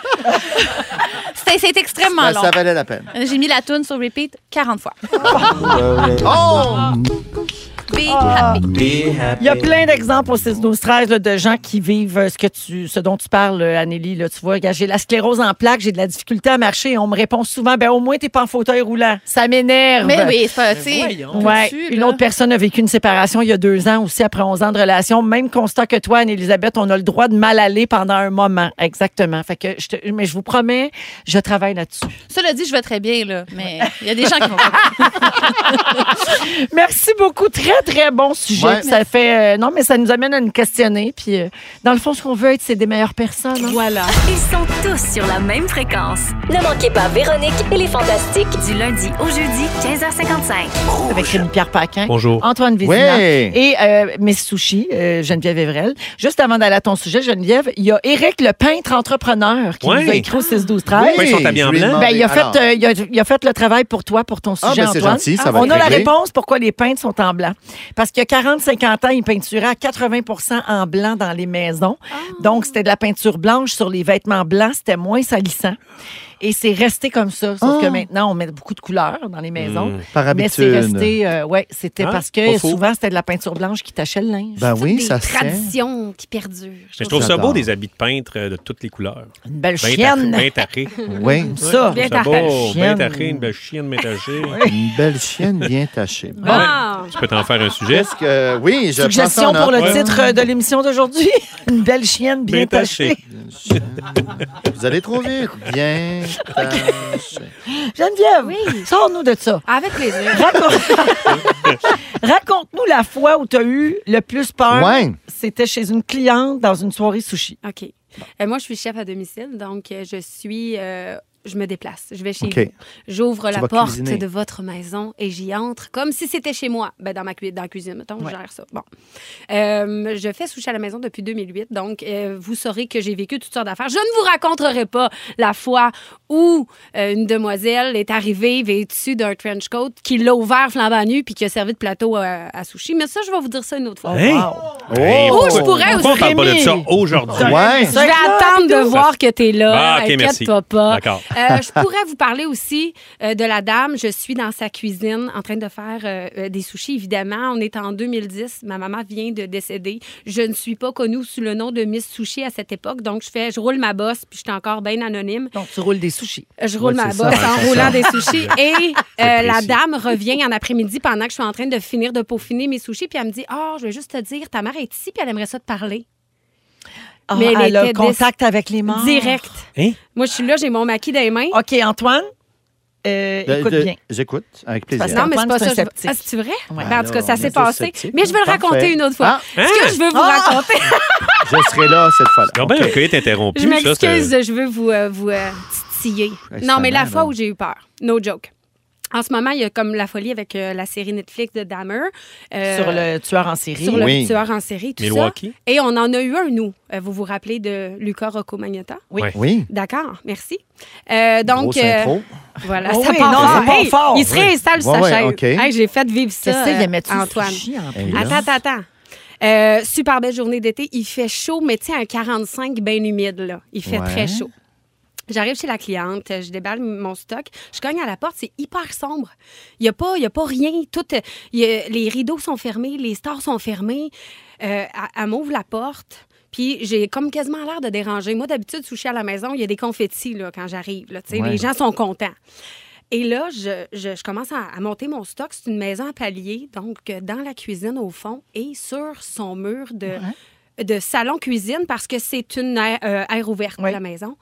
E: C'était- C'était extrêmement
G: Ben,
E: long.
G: ça valait la peine. (laughs)
E: J'ai mis la toune sur repeat 40 fois.
H: Worry.
G: Oh!
E: Be
F: Ah.
E: happy.
H: Be happy.
F: Il y a plein d'exemples au 6, 12, 13 là, de gens qui vivent euh, ce, que tu, ce dont tu parles, euh, Anneli. Là, tu vois, regarde, j'ai la sclérose en plaques, j'ai de la difficulté à marcher. Et on me répond souvent, ben au moins, t'es pas en fauteuil roulant. Ça m'énerve.
E: Mais oui, c'est pas, tu sais,
D: voyons.
F: Ouais.
E: peux-tu,
F: Une
E: là?
F: autre personne a vécu une séparation il y a deux ans aussi, après 11 ans de relation. Même constat que toi, Anne-Elisabeth, on a le droit de mal aller pendant un moment. Exactement. Fait que je te- mais je vous promets, je travaille là-dessus.
E: Cela dit, je vais très bien, là. Mais il y a des gens qui vont pas.
F: Merci beaucoup. Très, très bon sujet.
G: Ouais.
F: Ça fait. euh, non, mais ça nous amène à nous questionner. Puis, euh, dans le fond, ce qu'on veut être, c'est des meilleures personnes. hein.
D: Voilà.
A: Ils sont tous sur la même fréquence.
B: Ne manquez pas Véronique et les Fantastiques.
A: Du lundi au jeudi, 15h55.
F: Avec Rémi-Pierre Paquin.
I: Bonjour.
F: Antoine Vézina
G: Ouais.
F: et euh, Miss Sushi, euh, Geneviève Evrel. Juste avant d'aller à ton sujet, Geneviève, il y a Éric, le peintre entrepreneur, qui
I: Ouais.
F: nous a écrit au 6-12-13.
I: Oui. ils sont habillés en
G: je lui ai
I: blanc?
G: demandé.
F: Ben, il, a fait,
G: Alors,
F: euh, il, a, il a fait le travail pour toi, pour ton
G: Ah,
F: sujet,
G: ben, c'est
F: Antoine.
G: gentil, ça va
F: On
G: être
F: a la
G: réglé.
F: réponse pourquoi les peintres sont en blanc. Parce qu'il y a 40-50 ans, ils peinturaient à 80 en blanc dans les maisons. Donc, c'était de la peinture blanche sur les vêtements blancs. C'était moins salissant. Et c'est resté comme ça. Sauf que maintenant, on met beaucoup de couleurs dans les maisons.
G: Ah. Par
F: Mais
G: habitude.
F: c'est resté... euh, ouais, c'était
I: Hein?
F: parce
I: Pas
F: que
I: faux.
F: souvent, c'était de la peinture blanche qui tachait le linge.
G: Ben oui,
J: des
G: ça se tient.
J: traditions qui perdurent.
I: Mais je trouve ça
G: J'adore.
I: beau, des habits de peintre euh, de toutes les couleurs.
F: Une belle
I: Bien
F: chienne.
I: taré- bien
F: (laughs)
I: taré.
G: Oui,
F: Ça.
I: Je trouve
F: Bien
I: ça beau.
F: chienne.
I: Bien taré, une belle chienne
F: (laughs)
I: ménagée.
G: une belle chienne bien tachée.
I: (laughs) Ouais.
J: Ah.
I: Tu peux t'en faire un sujet.
G: Qu'est-ce que... Oui, je
F: Suggestion
G: pense en
F: pour le
G: offre.
F: titre euh, de l'émission d'aujourd'hui. (laughs) Une belle chienne bien,
I: Bien
F: tachée.
I: taché.
G: (laughs) Vous allez trop vite. Bien tachée.
F: Geneviève,
J: Oui.
F: sors-nous de ça.
J: Avec
F: (laughs)
J: plaisir.
F: Raconte-nous la fois où tu as eu le plus peur.
G: Ouais.
F: C'était chez une cliente dans une soirée sushi.
J: OK. Euh, moi, je suis chef à domicile, donc euh, je suis. euh, je me déplace. Je vais chez
G: OK.
J: vous. J'ouvre la
G: vas
J: porte
G: cuisiner.
J: de votre maison et j'y entre comme si c'était chez moi. Ben, dans, ma cui- dans la cuisine, mettons, je gère ça. Bon. Euh, je fais sushi à la maison depuis 2008, donc euh, vous saurez que j'ai vécu toutes sortes d'affaires. Je ne vous raconterai pas la fois où euh, une demoiselle est arrivée vêtue d'un trench coat qui l'a ouvert flambant nu puis qui a servi de plateau à, à sushi. Mais ça, je vais vous dire ça une autre fois.
I: Hey! Hey,
J: Oh,
I: pourquoi-
J: je pourrais
I: Pourquoi on
J: aussi.
I: parle pas de ça
F: Rémi.
I: aujourd'hui?
G: Ouais.
J: Je vais attendre de voir que tu es là.
I: Ah, ok, merci.
J: Inquiète-toi pas.
I: D'accord.
J: Euh, je pourrais vous parler aussi euh, de la dame. Je suis dans sa cuisine en train de faire euh, euh, des sushis, évidemment. On est en 2010. Ma maman vient de décéder. Je ne suis pas connue sous le nom de Miss Sushi à cette époque. Donc, je fais, je roule ma bosse, puis je suis encore bien anonyme.
F: Donc, tu roules des sushis.
J: Euh, Je roule
G: Ouais,
J: ma
G: c'est ça,
J: bosse
G: ouais, c'est
J: en roulant
G: ça.
J: des
F: (laughs)
J: sushis. Et euh, la
I: précis.
J: dame revient en après-midi pendant que je suis en train de finir de peaufiner mes sushis. Puis elle me dit Ah, je vais juste te dire, ta mère est ici, puis elle aimerait ça te parler.
F: Ah,
J: Mais elle
F: elle a
J: était
F: contact avec les morts.
J: Direct.
I: Hein?
J: Moi, je suis là, j'ai mon maquis dans les mains.
F: OK, Antoine, euh,
G: De-
F: écoute
G: de-
F: bien.
G: J'écoute, avec
F: Parce
G: plaisir.
J: Non, mais
F: Antoine,
J: c'est pas
F: c'est
J: ça.
F: un
J: je-
F: sceptique.
J: Ah, c'est vrai? Ben, en
F: Ouais.
J: tout cas,
G: Alors, on
J: ça
G: est
J: s'est
G: tous
J: passé.
G: sceptiques.
J: Mais je vais le
G: Parfait. Hein?
J: raconter une autre fois. Ce que je veux vous
F: Ah!
J: raconter,
G: Je serai là cette fois-là.
I: Non, ben, ok, t'es interrompu.
J: je
I: ça, c'est- Ben,
J: m'excuse, je veux vous, euh, vous euh, titiller.
G: Ouais,
J: Non, mais la
G: justement,
J: fois
G: là.
J: où j'ai eu peur, no joke. En ce moment, il y a comme la folie avec euh, la série Netflix de Dahmer. euh,
F: Sur le tueur en série.
J: sur le
G: Oui.
J: tueur en série, tout
I: Milwaukee.
J: ça. Et on en a eu un, nous. Euh, vous vous rappelez de Luca Rocco Magnata?
G: Oui.
J: D'accord, merci. Euh, donc,
G: Grosse
J: euh,
G: intro.
J: voilà,
F: Oh
J: ça
F: oui,
J: part
F: non,
J: fort.
F: ça part
J: Hey,
F: fort.
J: Il se réinstalle sur
G: Ouais,
J: sa
G: ouais,
J: chaise.
G: OK.
J: Hey, j'ai fait vivre ça,
F: Qu'est-ce qu'il
J: euh,
F: aimait-tu,
J: Antoine.
F: sushi, en plus?
G: Elle est là.
J: Attends, attends, attends. Euh, super belle journée d'été. Il fait chaud, mais tu sais, un 45 bien humide, là. Il fait
G: Ouais.
J: très chaud. J'arrive chez la cliente, je déballe mon stock, je cogne à la porte, c'est hyper sombre. Il n'y a, pas- il y a pas rien. Tout, euh, il y a- les rideaux sont fermés, les stores sont fermés. Euh, elle elle m'ouvre la porte, puis j'ai comme quasiment l'air de déranger. Moi, d'habitude, sushi à la maison, il y a des confettis là, quand j'arrive. là, tu sais,
G: Ouais.
J: Les gens sont contents. Et là, je, je- je commence à, à monter mon stock. C'est une maison à palier, donc euh, dans la cuisine au fond et sur son mur de, de salon-cuisine parce que c'est une aire, euh, aire ouverte,
F: Oui.
J: la maison.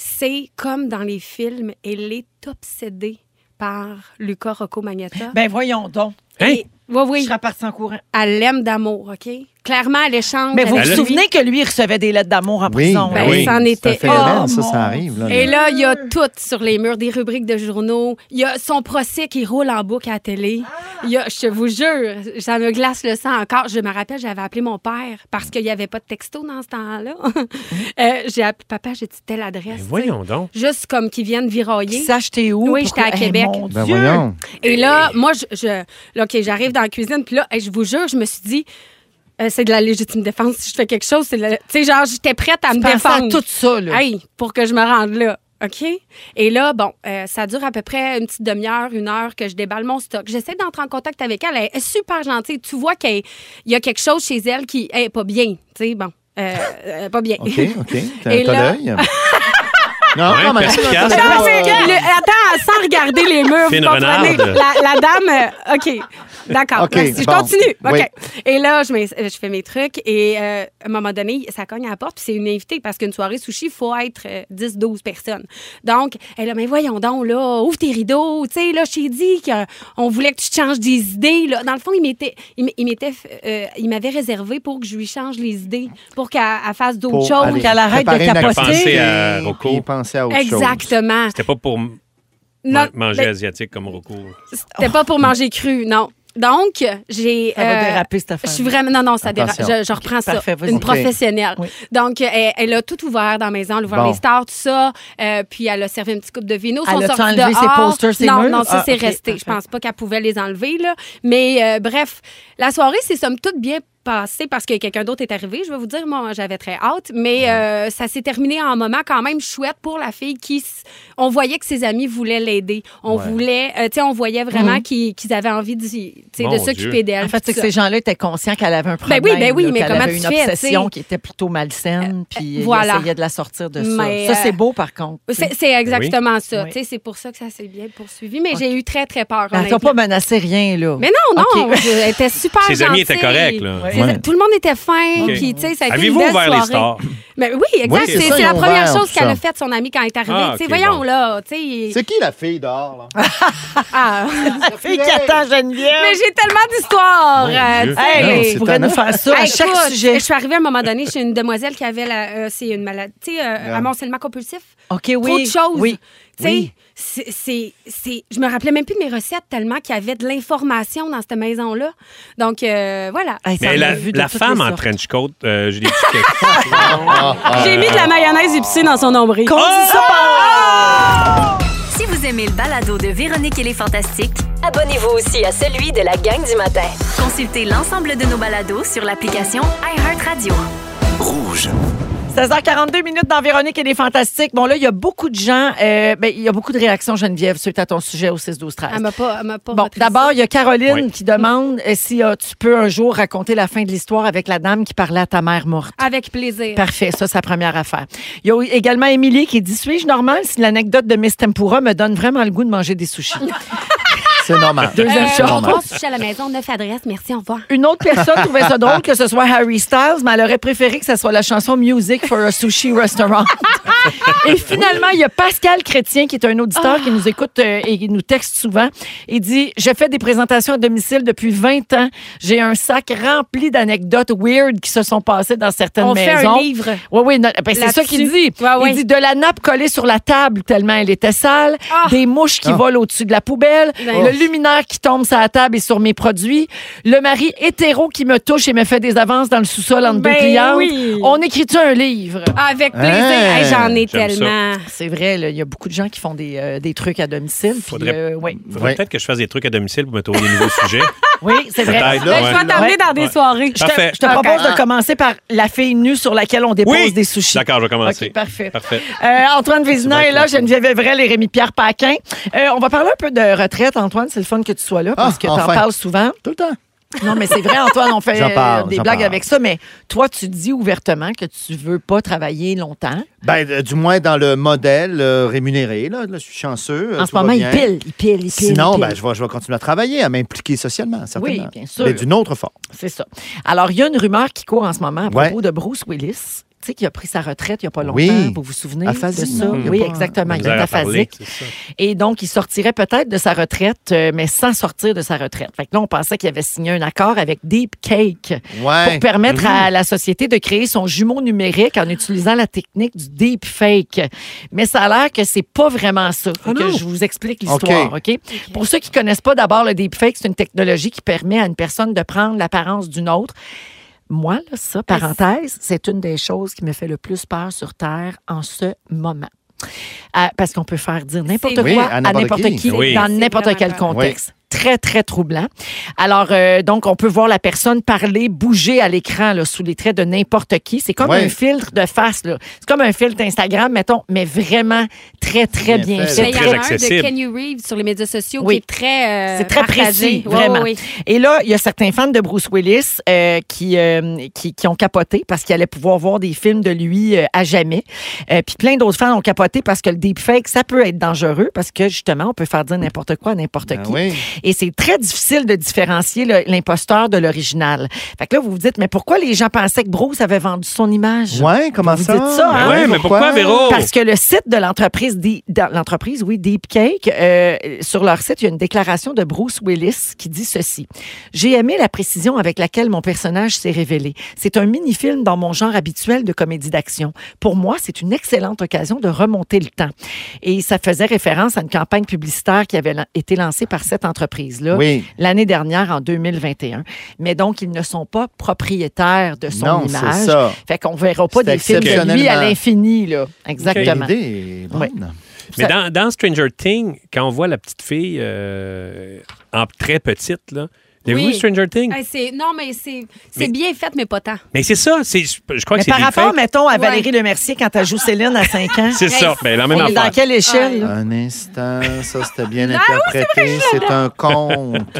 J: C'est comme dans les films, elle est obsédée par Luca Rocco Magnetta.
F: Ben voyons donc.
I: Hey!
J: oui,
F: Je
J: oui,
F: serais parti en courant.
J: elle l'aime d'amour, OK? Clairement, elle échange.
G: Ben,
F: Mais vous vous
J: avec
I: Elle a-
J: lui.
F: souvenez que lui, il recevait des lettres d'amour en
G: Oui,
F: prison.
J: Ben,
F: là?
I: oui.
J: c'en
G: C'est un
J: était-
G: phénomène,
F: Oh,
G: ça,
F: mon
G: ça arrive. Là,
J: Et là, il y a tout sur les murs, des rubriques de journaux. Il y a son procès qui roule en boucle à la télé.
F: Ah!
J: Il y a, je vous jure, ça me glace le sang encore. Je me rappelle, j'avais appelé mon père parce qu'il n'y avait pas de texto dans ce temps-là. (laughs) Euh, j'ai appelé papa, j'ai dit telle
I: Ben,
J: adresse.
I: voyons donc.
J: tu sais. Juste comme qu'ils viennent
F: Qui
J: virailler.
F: sache t'es où?
J: Oui,
F: pourquoi-
J: j'étais à
F: Hey,
J: Québec.
F: mon
G: Ben
F: Dieu.
G: voyons.
J: Et là, moi, je, je- là, OK, j'arrive dans la cuisine, puis là, hey, je vous jure, je me suis dit, euh, c'est de la légitime défense. Si je fais quelque chose, c'est de la- Tu sais, genre, j'étais prête à
F: Tu
J: me
F: pensais à
J: défendre.
F: tout ça, là.
J: Hey, pour que je me rende là. OK? Et là, bon, euh, ça dure à peu près une petite demi-heure, une heure que je déballe mon stock. J'essaie d'entrer en contact avec elle. Elle est super gentille. Tu vois qu'il y a quelque chose chez elle qui est pas bien. Tu sais, bon, euh, euh, pas bien.
G: OK,
J: (laughs)
G: OK.
F: (laughs)
G: T'as
J: Et
G: t'as
J: là-
G: l'œil? Non,
I: Ouais,
G: quand même.
I: perspicace.
J: Non, Ah, c'est-
G: Euh,
J: le- attends, sans regarder les murs,
I: Fine
J: vous comprenez?
I: renarde.
J: La, la dame, euh, OK, d'accord.
G: OK,
J: Merci, je
G: bon.
J: continue. OK.
G: Oui.
J: Et là, je, m'ins- je fais mes trucs et euh, à un moment donné, ça cogne à la porte, puis c'est une invitée parce qu'une soirée sushi, il faut être euh, 10, 12 personnes. Donc, elle a, mais voyons donc, là, ouvre tes rideaux. Tu sais, là, je t'ai dit qu'on voulait que tu te changes des idées. Là. Dans le fond, il m'était, il m- il m'était, euh, il m'avait réservé pour que je lui change les idées, pour qu'elle elle fasse d'autres
G: Pour
J: choses.
G: aller
F: qu'elle arrête de
G: préparer une
F: capoter.
I: Penser à Euh, Rocco.
G: Puis penser à autre chose.
J: Exactement.
I: C'était pas pour m-
J: Non,
I: man- manger
J: ben-
I: asiatique comme Rocco.
J: C'était pas pour manger cru, non. Donc, j'ai.
F: Ça va
J: euh,
F: déraper, cette
J: Je
F: affaire.
J: suis vraiment. Non, non, ça dérape.
G: Attention.
J: Je, je reprends ça.
F: parfait, vas-y.
J: Une
F: OK.
J: professionnelle.
F: Oui.
J: Donc, elle, elle a tout ouvert dans la maison. Elle a ouvert
G: Bon.
J: les stars, tout ça. Euh, puis, elle a servi une petite coupe de vino.
F: Elle
J: Sont
F: a-tu
J: sortis
F: enlevé ses
J: dehors.
F: posters, ses
J: Non,
F: murs?
J: non, ça,
F: Ah,
J: c'est
F: OK,
J: resté. Je
F: parfait.
J: pense pas qu'elle pouvait les enlever, là. Mais, euh, bref, la soirée, c'est somme toute bien passée parce que quelqu'un d'autre est arrivé. Je vais vous dire, moi, j'avais très hâte. Mais euh, ça s'est terminé en un moment quand même chouette pour la fille qui. s- On voyait que ses amis voulaient l'aider. On voulait. euh, tu sais, on voyait vraiment qu'ils qu'ils avaient envie d'y- tu sais,
I: Mon
J: de
I: Dieu.
J: s'occuper d'elle.
F: En fait, c'est
J: tout
F: que
J: ça.
F: ces gens-là étaient conscients qu'elle avait un problème.
J: oui, ben oui,
F: là,
J: mais
F: qu'elle
J: comment tu
F: avait une
J: fais, tu
F: obsession
J: sais? Euh,
F: qui était plutôt malsaine, puis
J: voilà.
F: voilà. essayait de la sortir de ça.
J: Mais,
F: ça, c'est
J: euh,
F: beau, par contre.
J: C'est
I: Ben
J: c'est exactement ça.
F: Oui.
J: Tu sais, C'est pour ça que ça s'est bien poursuivi. Mais j'ai eu très, très peur.
F: Elle t'a
J: honnêtement.
F: Ben, pas menacé rien, là.
J: Mais non, non,
F: OK.
J: je- elle était super
I: Ses amis étaient
J: gentille.
I: corrects, là.
F: Ouais.
J: Ses-
G: Ouais.
J: Tout le monde était fin.
I: OK.
J: Puis, tu sais, ça a été une
I: Avez-vous
J: belle
I: ouvert les
J: soirée.
I: stars?
J: Mais oui, exact.
G: Oui, c'est
J: c'est
G: ça,
J: c'est
G: ils
J: la
G: ont
J: première
G: ouvert,
J: chose
G: tout
J: qu'elle
G: ça.
J: a faite, son amie, quand elle est arrivée.
I: Ah,
J: tu sais,
I: OK,
J: voyons,
I: bon.
J: là. tu sais,
G: C'est qui la fille dehors, là?
J: ah.
F: Fille qui attend Geneviève.
J: Mais j'ai tellement d'histoires.
I: Mon
J: euh,
I: Dieu.
J: tu sais.
G: Non,
F: Hey,
G: c'est
F: tu pourrais nous
G: étonnant.
F: faire ça à
J: Hey,
F: chaque
J: écoute,
F: sujet.
J: Je suis arrivée à un moment donné chez une demoiselle qui avait la, euh, c'est une maladie, tu sais,
I: Ah.
J: euh, amoncellement compulsif.
F: (laughs) OK, oui.
J: trop de choses.
F: Oui.
J: Tu sais,
F: Oui.
J: c'est- c'est- c'est- je me rappelais même plus de mes recettes tellement qu'il y avait de l'information dans cette maison-là. Donc, euh, voilà.
F: Hey, ça
I: Mais
F: en
I: la,
F: a vu de
I: la
F: toutes
I: femme
F: les
I: en
F: sortes.
I: trench coat, euh, j'ai des petits (laughs) cakes. euh,
J: J'ai mis de la mayonnaise épicée dans son nombril. Ah!
F: Qu'on dise ça
A: Si vous aimez le balado de Véronique et les Fantastiques,
B: Abonnez-vous aussi à celui de la gang du matin.
A: consultez l'ensemble de nos balados sur l'application iHeartRadio.
F: 16h42 minutes dans Véronique et les Fantastiques. Bon, là, il y a beaucoup de gens, euh, ben, il y a beaucoup de réactions, Geneviève, suite à ton sujet au 6-12-13.
J: Elle m'a pas, elle m'a pas
F: Bon,
J: retracé.
F: d'abord, il y a Caroline
I: Oui.
F: qui demande euh, si euh, tu peux un jour raconter la fin de l'histoire avec la dame qui parlait à ta mère morte.
J: Avec plaisir.
F: Parfait, ça, c'est la première affaire. Il y a également Émilie qui dit Suis-je normal si l'anecdote de Miss Tempura me donne vraiment le goût de manger des sushis
G: C'est normal.
F: Deuxième
J: Euh,
G: C'est
J: on
G: normal.
J: pense que je suis à la maison, neuf adresses, merci, au revoir.
F: (laughs) Une autre personne trouvait ça drôle que ce soit Harry Styles, mais elle aurait préféré que ce soit la chanson Music for a Sushi Restaurant. et finalement, il y a Pascal Chrétien, qui est un auditeur qui nous écoute euh, et qui nous texte souvent. Il dit Je fais des présentations à domicile depuis 20 ans. J'ai un sac rempli d'anecdotes weird qui se sont passées dans certaines
J: On fait
F: maisons.
J: un livre.
F: Oui, oui, non, ben, c'est ça
J: Là-dessus.
F: qu'il dit.
J: Ouais, ouais.
F: Il dit de la nappe collée sur la table tellement elle était sale,
J: Ah!
F: des mouches qui volent au-dessus de la poubelle,
J: Ben.
F: le luminaire qui tombe sur la table et sur mes produits, le mari hétéro qui me touche et me fait des avances dans le sous-sol entre
J: Ben
F: deux clientes.
J: oui.
F: On écrit-tu un livre?
J: Avec plaisir.
G: Hein,
J: Hey, J'en ai
I: j'aime ça.
J: tellement.
F: C'est vrai, là, il y a beaucoup de gens qui font des, euh, des trucs à domicile. puis,
I: Faudrait-
F: euh, oui,
I: Faudrait
G: Ouais.
I: peut-être que je fasse des trucs à domicile pour me trouver des nouveaux (laughs) sujets.
F: oui c'est vrai.
I: Peut-être.
G: Là,
J: Ben, Je
I: ouais.
J: vais t'emmener
F: Ouais.
J: dans des
I: Ouais.
J: soirées.
F: Je te,
I: Parfait.
F: je te propose de commencer par la fille nue sur laquelle on dépose
I: Oui.
F: des sushis.
I: D'accord, je vais commencer.
F: OK, parfait.
I: Parfait.
F: Euh, Antoine Vézina
I: C'est
F: est là,
I: bien
F: Geneviève Evrel et Rémi-Pierre Paquin. Euh, on va parler un peu de retraite, Antoine. C'est le fun que tu sois là
G: Ah,
F: parce que tu en
G: enfin.
F: parles souvent.
G: Tout le temps.
F: Non, mais c'est vrai,
G: (laughs)
F: Antoine, on fait
G: J'en parle,
F: euh, des
G: j'en
F: blagues
G: parle.
F: avec ça, mais toi, tu dis ouvertement que tu veux pas travailler longtemps.
G: Ben, euh, du moins dans le modèle euh, rémunéré, là, Là, je suis chanceux. euh,
F: en
G: tout
F: ce
G: va
F: moment, il
G: bien.
F: pile, il pile, il pile. il
G: Sinon,
F: pile.
G: ben, je, vais, je vais continuer à travailler, à m'impliquer socialement, certainement.
F: bien sûr.
G: Mais d'une autre forme.
F: C'est ça. Alors, il y a une rumeur qui court en ce moment à
G: Ouais.
F: propos de Bruce Willis. Tu sais, qui a pris sa retraite il n'y a pas longtemps,
G: Oui. Ah,
F: vous vous souvenez
G: Aphasie,
F: de ça?
G: non? Il y a
F: Oui,
G: pas un-
F: exactement.
I: La
F: Il
I: misère
F: est
I: à parler,
F: aphasique.
I: c'est ça.
F: Et donc, il sortirait peut-être de sa retraite, euh, mais sans sortir de sa retraite. Fait que là, on pensait qu'il avait signé un accord avec Deep Cake
G: Ouais.
F: pour permettre à la société de créer son jumeau numérique en utilisant la technique du deep fake. Mais ça a l'air que c'est pas vraiment ça. Faut que je vous explique l'histoire, OK? Pour ceux qui connaissent pas d'abord le deep fake, c'est une technologie qui permet à une personne de prendre l'apparence d'une autre. Moi, là, ça, parenthèse, c'est une des choses qui me fait le plus peur sur Terre en ce moment. Ah, parce qu'on peut faire dire n'importe
J: C'est
F: quoi
J: vrai.
G: Oui,
F: à n'importe qui,
I: Oui.
F: dans
J: C'est
F: n'importe
J: vraiment
F: quel
J: vrai.
F: contexte. très, très troublant. Alors, euh, donc, on peut voir la personne parler, bouger à l'écran là, sous les traits de n'importe qui. C'est comme
G: Ouais.
F: un filtre de face. là. C'est comme un filtre Instagram, mettons, mais vraiment très, très bien,
G: Bien fait, là.
F: fait.
J: Mais il y
I: très
J: en a un de
I: accessible.
J: Kenny Reeves sur les médias sociaux
F: Oui.
J: qui est très. euh,
F: C'est très
J: partagé.
F: précis,
J: Ouais,
F: vraiment.
J: ouais, ouais.
F: Et là, il y a certains fans de Bruce Willis euh, qui, euh, qui, qui ont capoté parce qu'ils allaient pouvoir voir des films de lui euh, à jamais. Euh, Puis plein d'autres fans ont capoté parce que le deepfake, ça peut être dangereux parce que justement, on peut faire dire n'importe quoi à n'importe
G: Ah
F: qui.
G: oui.
F: Et c'est très difficile de différencier le- l'imposteur de l'original. Fait que là, vous vous dites, mais pourquoi les gens pensaient que Bruce avait vendu son image?
G: Ouais, comment
F: Vous
G: ça?
F: dites ça,
I: Ben
F: hein?
I: ouais, mais pourquoi, Véro?
F: Parce que le site de l'entreprise, Deep- de l'entreprise, oui, Deepcake, euh, sur leur site, il y a une déclaration de Bruce Willis qui dit ceci. J'ai aimé la précision avec laquelle mon personnage s'est révélé. C'est un mini-film dans mon genre habituel de comédie d'action. Pour moi, c'est une excellente occasion de remonter le temps. Et ça faisait référence à une campagne publicitaire qui avait lan- été lancée par cette entreprise-là
G: Oui.
F: l'année dernière, en 2021. Mais donc, ils ne sont pas propriétaires de son
G: Non, c'est
F: image.
G: ça.
F: Fait qu'on verra pas
G: C'est
F: des films de lui à
G: exceptionnellement-
F: l'infini, là.
G: Quelle
F: Exactement.
G: idée est bonne.
F: Oui.
I: Mais
F: Ça-
I: dans, dans Stranger Things, quand on voit la petite fille euh, en très petite, là, avez-vous
J: Oui.
I: vu Stranger Things?
J: Hey, c'est- non, mais c'est c'est
I: Mais-
J: bien fait, mais pas tant.
I: Mais c'est ça, c'est, je je crois
F: Mais
I: que c'est
F: par
I: des
F: rapport,
I: fakes.
F: mettons, à
J: Ouais.
F: Valérie Lemercier quand elle joue Céline à 5 ans,
I: C'est ça, ben, la même
F: on est dans
I: affaire.
F: quelle échelle? là?
G: Un instant, ça c'était bien interprété, c'est un conte.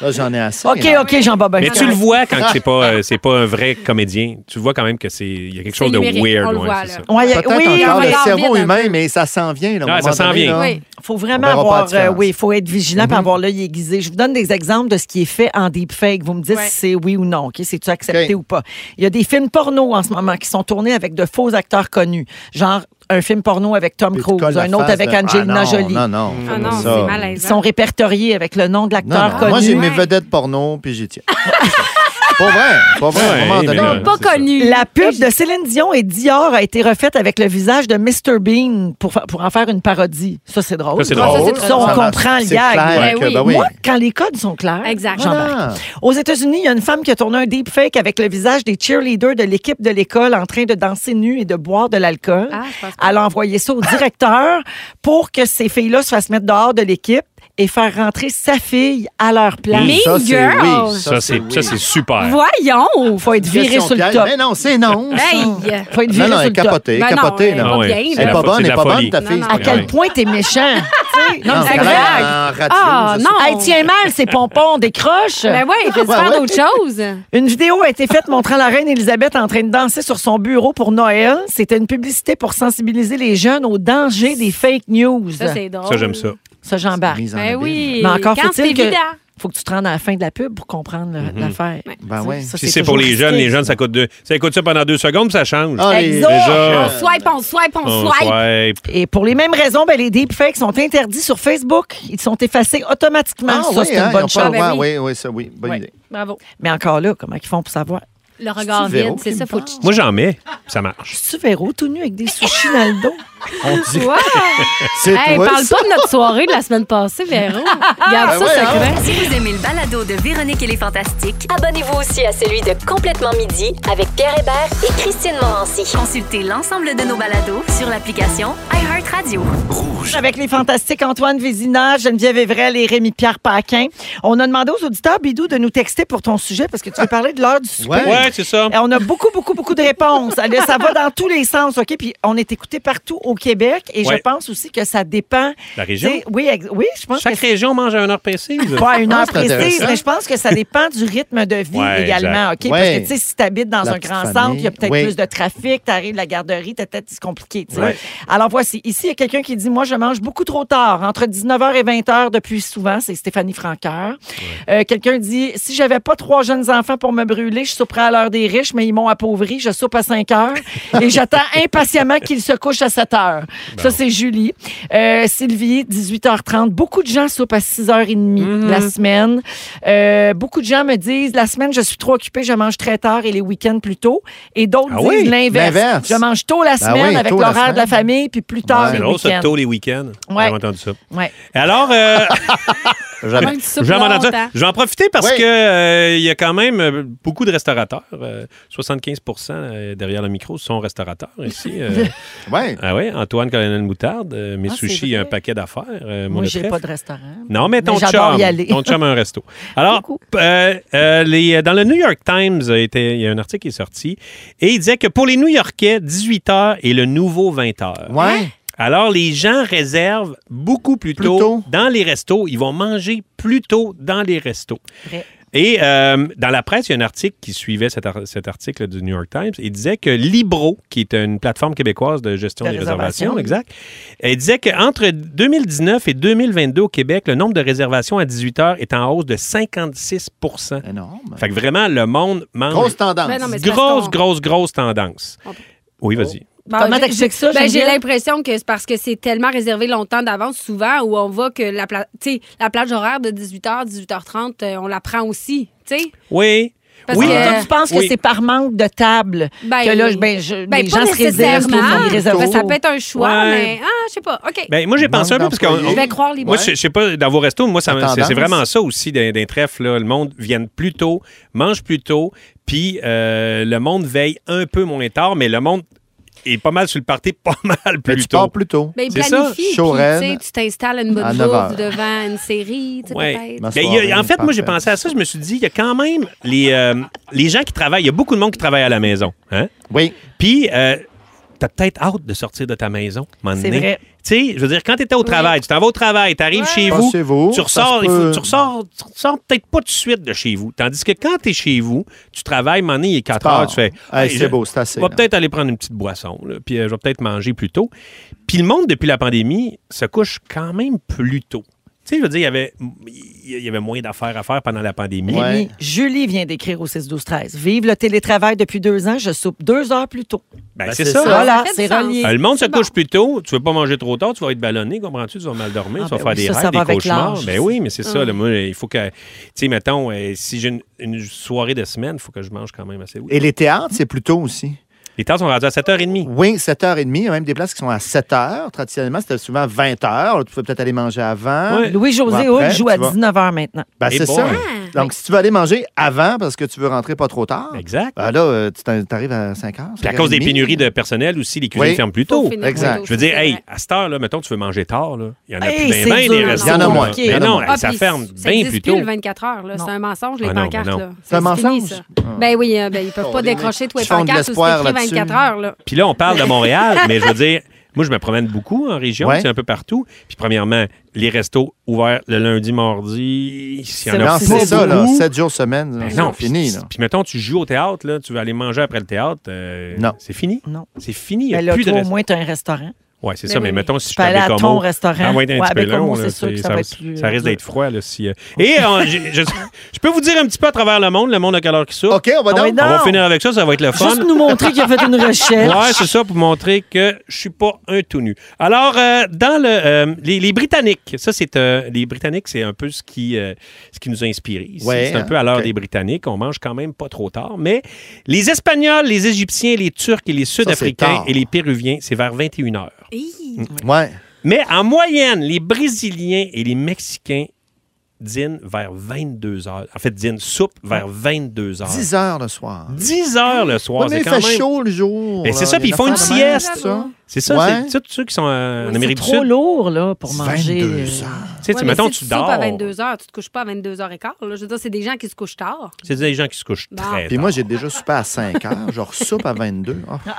G: Là, j'en ai assez.
F: OK,
G: là. Ah.
F: OK, Jean-Bob.
I: Mais tu le vois quand c'est pas,
F: (laughs)
I: euh, c'est pas un vrai comédien. Tu vois quand même que c'est il y a quelque chose de
J: numérique,
I: weird.
J: on le
I: ouais,
J: voit,
I: c'est
J: là.
F: (laughs) Ouais, y a-
G: Peut-être
F: oui,
G: encore
J: on
G: le
J: regarde
F: hein.
G: cerveau
J: vite un
G: humain,
J: peu.
G: mais ça s'en vient. Là, au
I: Ouais,
G: moment
I: Ah, ça s'en
G: donné,
I: vient.
G: là.
J: Oui.
F: faut
G: On
F: vraiment
G: verra pas la
F: avoir, euh,
G: différence. Mhm.
F: oui, faut être vigilant pour avoir l'œil aiguisé. Je vous donne des exemples de ce qui est fait en deepfake. Vous me dites
J: Ouais.
F: si c'est oui ou non, ok, si tu accepté
G: Ok.
F: ou pas. Il y a des films porno en ce moment qui sont tournés avec de faux acteurs connus, genre un film porno avec Tom
G: Puis tu
F: Cruise,
G: colles la
F: un autre
G: face
F: avec
G: de- Ah,
F: Angelina
G: non,
F: Jolie.
G: Non, non,
J: Ah non,
G: ça.
J: c'est
F: Ils
J: malaisant.
F: sont répertoriés avec le nom de
G: Non,
F: l'acteur
G: non,
F: connu.
G: Moi, j'ai mes
J: Ouais.
G: vedettes porno, puis j'y tiens. (laughs) pas vrai, pas vrai. à un
I: Ouais,
G: moment
I: mais
G: donné,
I: là,
G: là,
J: Pas
I: c'est ça.
J: connu.
F: La pub de Céline Dion et Dior a été refaite avec le visage de Mr Bean pour, fa- pour en faire une parodie. Ça, c'est drôle.
I: Ça, c'est
J: drôle. Ça, c'est très
F: Ça, on
J: drôle.
F: comprend le
G: C'est
F: gag.
G: clair
J: Ben
G: que-
J: oui.
G: ben oui.
F: Moi, quand les codes sont clairs,
J: Exact.
F: j'embarque.
G: Voilà.
F: Aux États-Unis, il y a une femme qui a tourné un deepfake avec le visage des cheerleaders de l'équipe de l'école en train de danser nus et de boire de l'alcool.
J: Ah, je pense pas.
F: Elle a envoyé ça au directeur (laughs) pour que ces filles-là se fassent mettre dehors de l'équipe et faire rentrer sa fille à leur place.
J: Mais-
G: Ça, c'est
J: Mean
G: oui,
J: Girls.
I: Ça, c'est, ça, c'est super.
J: Voyons!
F: faut être viré
G: Ah, Question
F: sur le
G: piège.
F: top.
G: Mais non, c'est non. ça.
J: Hey!
F: faut être viré
G: Non, non,
F: sur
G: elle est
F: le top.
G: capotée,
J: Ben non,
G: capotée.
J: elle
G: là.
F: Ah
J: est
I: ouais.
J: bien, là.
G: Elle
I: C'est
G: est
I: la
G: pas
I: fo- c'est
G: bonne,
I: de
G: elle
I: la
G: est pas bonne,
I: folie.
G: ta fille.
J: Non,
G: c'est
J: non.
F: À
G: pas
F: quel
G: vrai.
F: point
J: (laughs)
F: t'es méchant. tu sais. non,
G: Non,
F: mais
G: c'est
F: c'est
G: quand
F: vrai.
G: même en radio.
J: Ah,
G: ça,
J: non.
F: Hey, tiens mal, ces pompons, décroche.
J: Ben oui, il faut
G: Ouais,
J: faire
G: ouais.
J: d'autres choses.
F: (laughs) Une vidéo a été faite montrant la reine Elisabeth en train de danser sur son bureau pour Noël. C'était une publicité pour sensibiliser les jeunes au danger des fake news.
J: Ça, c'est drôle.
I: Ça, j'aime ça.
F: Ça,
G: c'est
F: j'embarque.
G: mise en
J: Ben
G: abîme.
J: oui.
F: Mais encore
J: Quand
F: faut-il
J: c'est
F: que-
J: évident.
F: Faut que tu te rendes à la fin de la pub pour comprendre le- l'affaire.
G: Ben oui.
F: Ça,
I: Si c'est pour
F: toujours
I: les jeunes,
F: risqué.
I: les jeunes, ça coûte, deux, ça coûte ça pendant deux secondes, puis ça change.
G: Ah, les-
F: Exo.
I: Déjà.
J: On swipe, on swipe, on
I: On
J: swipe.
I: swipe.
F: Et pour les mêmes raisons, ben, les deepfakes sont interdits sur Facebook. Ils sont effacés automatiquement.
G: Ah,
F: ça,
G: oui,
F: c'est
G: hein, ils
F: une
G: ont
F: bonne
G: pas
F: chose.
J: chose.
G: le
I: Ah, ben
G: droit. oui, oui, ça, oui. Bonne
F: Ouais.
G: idée.
J: Ah, ben Bravo.
F: Mais encore là, comment ils font pour savoir?
J: Le regard
G: C'est-tu Véro
J: vide, c'est
G: qui
J: ça.
G: me
J: Faut
G: parle?
I: Moi, j'en mets, puis ça marche.
F: Je suis Véro, tout nu avec des sushis dans le dos.
G: On dit.
J: Wow!
G: (laughs) C'est
J: Hey,
G: toi,
J: parle
G: ça?
J: pas de notre soirée de la semaine passée,
F: (laughs)
J: Véro. Garde ça
G: Ben ouais,
J: secret.
A: Si vous aimez le balado de Véronique et les Fantastiques,
B: Abonnez-vous aussi à celui de Complètement Midi avec Pierre Hébert et Christine Morancy.
A: consultez l'ensemble de nos balados sur l'application iHeartRadio.
F: Avec les fantastiques Antoine Vézina, Geneviève Evrel et Rémi-Pierre Paquin. On a demandé aux auditeurs, Bidou, de nous texter pour ton sujet parce
G: (laughs)
F: que tu veux parler de l'heure du souper.
G: Ouais.
I: Ouais, c'est ça.
F: Et On a beaucoup, beaucoup, beaucoup de réponses. Allez, Ça va dans tous les sens, OK? Puis on est écouté partout au Québec et
I: Ouais.
F: je pense aussi que ça dépend.
I: La région.
F: des- Oui, ex- oui, je pense
I: Chaque
F: que
I: région mange à une heure précise.
F: c'est (laughs) pas à une
G: Ah,
F: heure
G: c'est
F: précise,
G: intéressant.
F: mais je pense que ça dépend du rythme de vie
I: Ouais,
F: également, OK? Parce que,
G: Ouais.
F: tu sais, si tu habites dans
G: La
F: un
G: petite
F: grand
G: famille.
F: centre, il y a peut-être
G: Oui.
F: plus de trafic, tu arrives à la garderie, t'as peut-être c'est compliqué, tu sais.
I: Ouais.
F: Alors voici, ici, il y a quelqu'un qui dit, moi, je mange beaucoup trop tard, entre 19h et 20h depuis souvent, c'est Stéphanie Franqueur. Euh, quelqu'un dit, si j'avais pas trois jeunes enfants pour me brûler, je souperais à l'heure des riches, mais ils m'ont appauvri, je soupe à 5 heures et j'attends impatiemment qu'ils se couchent à 7 heures. Ça, c'est Julie. Euh, Sylvie, 18h30. Beaucoup de gens soupent à 6h30 la semaine. Euh, beaucoup de gens me disent, la semaine, je suis trop occupée, je mange très tard et les week-ends plus tôt. Et d'autres
I: Ah
F: disent
I: oui,
F: l'inverse.
G: l'inverse.
F: Je mange tôt la
G: Ben
F: semaine
G: oui,
F: avec
G: tôt la
F: l'horaire de la
G: semaine.
F: famille, puis plus tard
G: Ouais.
I: C'est
F: les
I: drôle, ça,
F: week-ends.
I: tôt les week-ends.
F: Ouais.
I: J'ai entendu ça.
F: Ouais.
I: Et Alors, euh,
G: (laughs) Jamais.
J: Tu soupes
I: J'aime en entendre.
J: longtemps.
I: Je vais en profiter parce
G: Oui.
I: que euh, il y a quand même euh, beaucoup de restaurateurs. euh, 75 euh, derrière le micro sont restaurateurs ici. euh.
G: (laughs) Ouais.
I: ah oui, Ouais, Antoine Colonel Moutarde, euh, mes
F: Ah, c'est
I: sushis, il y a un
F: vrai.
I: paquet d'affaires. euh, mon
F: Moi, j'ai
I: trèfle.
F: pas de restaurant.
I: Non, mais ton
F: j'adore
I: chum,
F: y aller.
I: ton chum a un
F: (laughs)
I: resto. Alors, euh, euh, les- dans le New York Times, euh, était- il y a un article qui est sorti et il disait que pour les New Yorkais, 18 heures est le nouveau 20 heures.
G: Ouais.
I: Alors, les gens réservent beaucoup plus tôt,
G: tôt.
I: dans les restos. Ils vont manger plus tôt dans les restos.
F: Vrai.
I: Et euh, dans la presse, il y a un article qui suivait cet, ar- cet article du New York Times. Il disait que Libro, qui est une plateforme québécoise de gestion
F: De
I: des réservations,
F: réservation, oui.
I: exact, elle disait qu'entre 2019 et 2022 au Québec, le nombre de réservations à 18 heures est en hausse de 56
G: Énorme.
I: Fait que vraiment, le monde mange.
G: Grosse tendance.
J: Ben non, mais c'est parce
I: grosse,
J: qu'on-
I: grosse, grosse tendance.
J: On-
I: Oui, vas-y.
J: Bon,
F: Comment
J: je-
F: t'expliques ça,
J: ben, J'ai
F: Geneviève?
J: l'impression que c'est parce que c'est tellement réservé longtemps d'avance, souvent, où on voit que la, pla- tu sais, la plage horaire de 18h, 18h30, euh, on la prend aussi. tu sais.
I: Oui.
J: Parce
I: oui.
J: que-
F: Toi, tu penses
I: Oui.
F: que c'est par manque de table
J: Ben,
F: que là, je- Hein? ben, je-
J: Ben,
F: les
J: pas
F: gens se réservent.
J: nécessairement.
F: sauf qu'ils réservent
J: Ben, ça
F: tôt.
J: peut être un choix,
I: Ouais.
J: mais ah, je sais pas. OK.
I: Ben, moi, j'ai
G: Manque
I: pensé un peu parce que.
G: d'employés.
J: je vais croire les
I: Moi,
J: bons.
I: je, je sais pas, dans vos restos, moi, ça
G: La
I: me- c'est c'est
G: tendance.
I: vraiment ça aussi des, des trèfles. là. Le monde vient plus tôt, mange plus tôt, puis euh, le monde veille un peu moins tard, mais le monde est pas mal sur le party, (laughs) pas mal
G: Mais
I: plus
G: tu pars
I: tôt.
G: plus tôt.
J: Ben,
I: C'est ça.
J: planifie, puis,
G: Showren,
J: tu sais, tu t'installes à une
G: à
J: bonne
G: 9 heures.
J: bouffe devant une série, tu sais,
I: Ouais.
J: peut-être.
G: Ma
I: Ben, il y a-
G: soirée,
I: en fait, moi, j'ai
G: parfait.
I: pensé à ça. Je me suis dit, il y a quand même les, euh, les gens qui travaillent. Il y a beaucoup de monde qui travaille à la maison. Hein?
G: Oui.
I: Puis, euh, t'as peut-être hâte de sortir de ta maison, un moment
F: C'est
I: donné.
F: vrai.
I: Tu sais, je veux dire, quand t'étais au travail, tu t'en vas au travail, t'arrives chez
G: Pas
I: vous,
G: chez vous,
I: tu
G: ça
I: ressors,
G: se
I: il faut-
G: peut.
I: tu ressors, tu ressors peut-être pas tout de suite de chez vous. Tandis que quand t'es chez vous, tu travailles, un moment donné, il est 4 heures,
G: pars.
I: tu fais...
G: Hey,
I: Hey,
G: c'est
I: je-
G: beau, c'est assez,
I: Je vais
G: là.
I: peut-être aller prendre une petite boisson, là, puis euh, je vais peut-être manger plus tôt. Puis le monde, depuis la pandémie, se couche quand même plus tôt. Tu sais, je veux dire, il y avait, il y avait moins d'affaires à faire pendant la pandémie.
G: Ouais.
F: Rémi, Julie vient d'écrire au 6-12-13. Vive le télétravail depuis deux ans, je soupe deux heures plus tôt.
I: Ben,
G: Ben,
I: c'est
G: c'est
I: ça.
G: ça.
F: voilà,
J: fait du
F: c'est
J: sens.
F: relié.
I: Euh, le monde se
J: C'est bon.
I: couche plus tôt, tu veux pas manger trop tard, tu vas être ballonné, comprends-tu? Tu vas mal dormir,
F: Ah,
I: tu vas
F: ben
I: faire
F: oui,
I: des
F: ça, ça
I: rêves,
F: va
I: des
F: avec
I: cauchemars.
F: l'âge.
I: Ben oui, mais c'est
J: Ah.
I: ça. là, moi, il faut que. Tu sais, mettons, euh, si j'ai une, une soirée de semaine, il faut que je mange quand même assez. Oui.
G: Et les théâtres, c'est plus tôt aussi.
I: Les temps sont rendus à 7h30.
G: Oui, 7h30. Il y a même des places qui sont à 7h. Traditionnellement, c'était souvent 20h. Tu pouvais peut-être aller manger avant.
I: Ouais.
F: Louis-José
G: Ou après,
F: Houle joue à
G: tu vas-
F: 19h maintenant.
G: Ben,
I: Et
G: c'est
I: bon.
G: ça.
I: Ah.
G: Donc, si tu veux aller manger avant parce que tu veux rentrer pas trop tard,
I: Exact.
G: ben là, euh, tu t'en- t'arrives à 5h.
I: Puis à cause des pénuries de personnel aussi, les cuisines
G: Oui.
I: ferment plus
J: Faut
I: tôt.
J: finir
G: Exact.
J: plus tôt,
I: Je veux dire,
J: c'est
I: hey,
J: vrai.
I: à cette heure-là, mettons, tu veux manger tard, là. Il y en a
F: Hey,
I: plus bien,
F: c'est
I: bien
F: dur,
I: des
F: non,
I: restos.
G: Il y en a
I: là.
G: moins. Il y en
I: Mais
G: a
I: non,
G: moins.
I: hey,
J: hein, Ah,
I: ça
J: puis
I: ferme
J: ça
I: bien
J: existe
I: plus
J: plus
I: tôt.
J: le 24 heures. là.
F: Non.
J: C'est un mensonge, les
I: Ah non, mais
J: pancartes.
I: non.
J: là.
G: C'est un
J: C'est fini,
G: mensonge?
J: ça. Ben oui, euh, ben, ils peuvent pas décrocher tous les
G: Ils font de
J: pancartes où
G: l'espoir
J: c'est écrit
G: là-dessus.
J: 24 heures. Là.
I: Puis là, on
J: (laughs)
I: parle de Montréal, mais je veux dire, moi, je me promène beaucoup en région,
G: Ouais.
I: c'est un peu partout. Puis premièrement, les restos ouverts le lundi, mardi, s'il y en a
F: C'est
G: Non,
F: C'est
G: c'est
F: pas
G: ça, là.
I: beaucoup.
G: 7 jours semaine,
I: Ben
G: c'est
I: non,
G: fini.
I: puis-
G: là.
I: Puis mettons, tu joues au théâtre, là, tu vas aller manger après le théâtre. euh,
G: Non.
I: C'est fini.
F: Non.
I: C'est fini. Il y a
F: Ben là,
I: plus de
F: toi, au
I: restaurants.
F: moins, tu as un restaurant.
I: Oui, c'est
J: Ben
I: ça,
J: oui,
I: mais
J: oui.
I: mettons, si
F: Tu
I: je
F: peux
I: suis à
F: aller à
I: Bécomo,
F: ton restaurant.
I: Ça va être un
F: Ouais,
I: ah petit peu
F: Bécomo,
I: long.
F: c'est
I: là,
F: sûr que ça va
I: va-
F: être plus,
I: ça risque
F: euh, (laughs)
I: d'être froid. Là, si, euh, Et euh, je, je- je peux vous dire un petit peu à travers le monde, le monde à quelle heure qui sort.
G: OK, on va
F: Ah
G: donc.
F: oui,
I: On va
F: Non.
I: finir avec ça, ça va être le fun.
F: Juste nous montrer qu'il
I: (laughs)
F: a fait une recherche.
I: Ouais, c'est ça, pour montrer que je suis pas un tout nu. Alors, euh, dans le, euh, les, les Britanniques, ça, c'est euh, les Britanniques, c'est un peu ce qui, euh, ce qui nous a inspirés. ici.
G: Ouais,
I: c'est un
G: hein,
I: peu à l'heure
G: ok.
I: des Britanniques. On mange quand même pas trop tard. Mais les Espagnols, les Égyptiens, les Turcs et les Sud-Africains
G: tard.
I: et les Péruviens, c'est vers 21 h
J: Hi.
G: Ouais.
I: Mm. Mais en moyenne, les Brésiliens et les Mexicains dînent vers 22 heures. En fait, dînent soupe vers 22 heures.
G: 10 heures le soir.
I: 10 heures le soir.
G: Ouais, mais
I: c'est
G: il
I: quand
G: fait
I: même...
G: chaud le jour.
I: Mais
G: là.
I: c'est ça,
G: Il y a
I: puis ils font
G: une
I: une
G: affaire de même,
I: sieste.
G: ça.
I: C'est ça,
G: Ouais.
I: c'est tous ceux qui sont euh, en
J: Oui,
F: C'est
I: Amérique du
F: trop
I: Sud.
F: lourd, là, pour manger.
G: 22
F: euh,
G: heures.
I: Tu sais,
J: Ouais,
I: tu-
J: mais
I: mettons,
J: si
I: tu
J: soupes
I: dors.
J: à 22 heures, tu te couches pas à 22 h 15 là. Je veux dire, c'est des gens qui se couchent tard.
I: C'est des gens qui se couchent
J: Bon.
I: très
G: Puis
I: tard.
G: moi, j'ai déjà soupé à 5 heures. Je soupe à 22. Ah,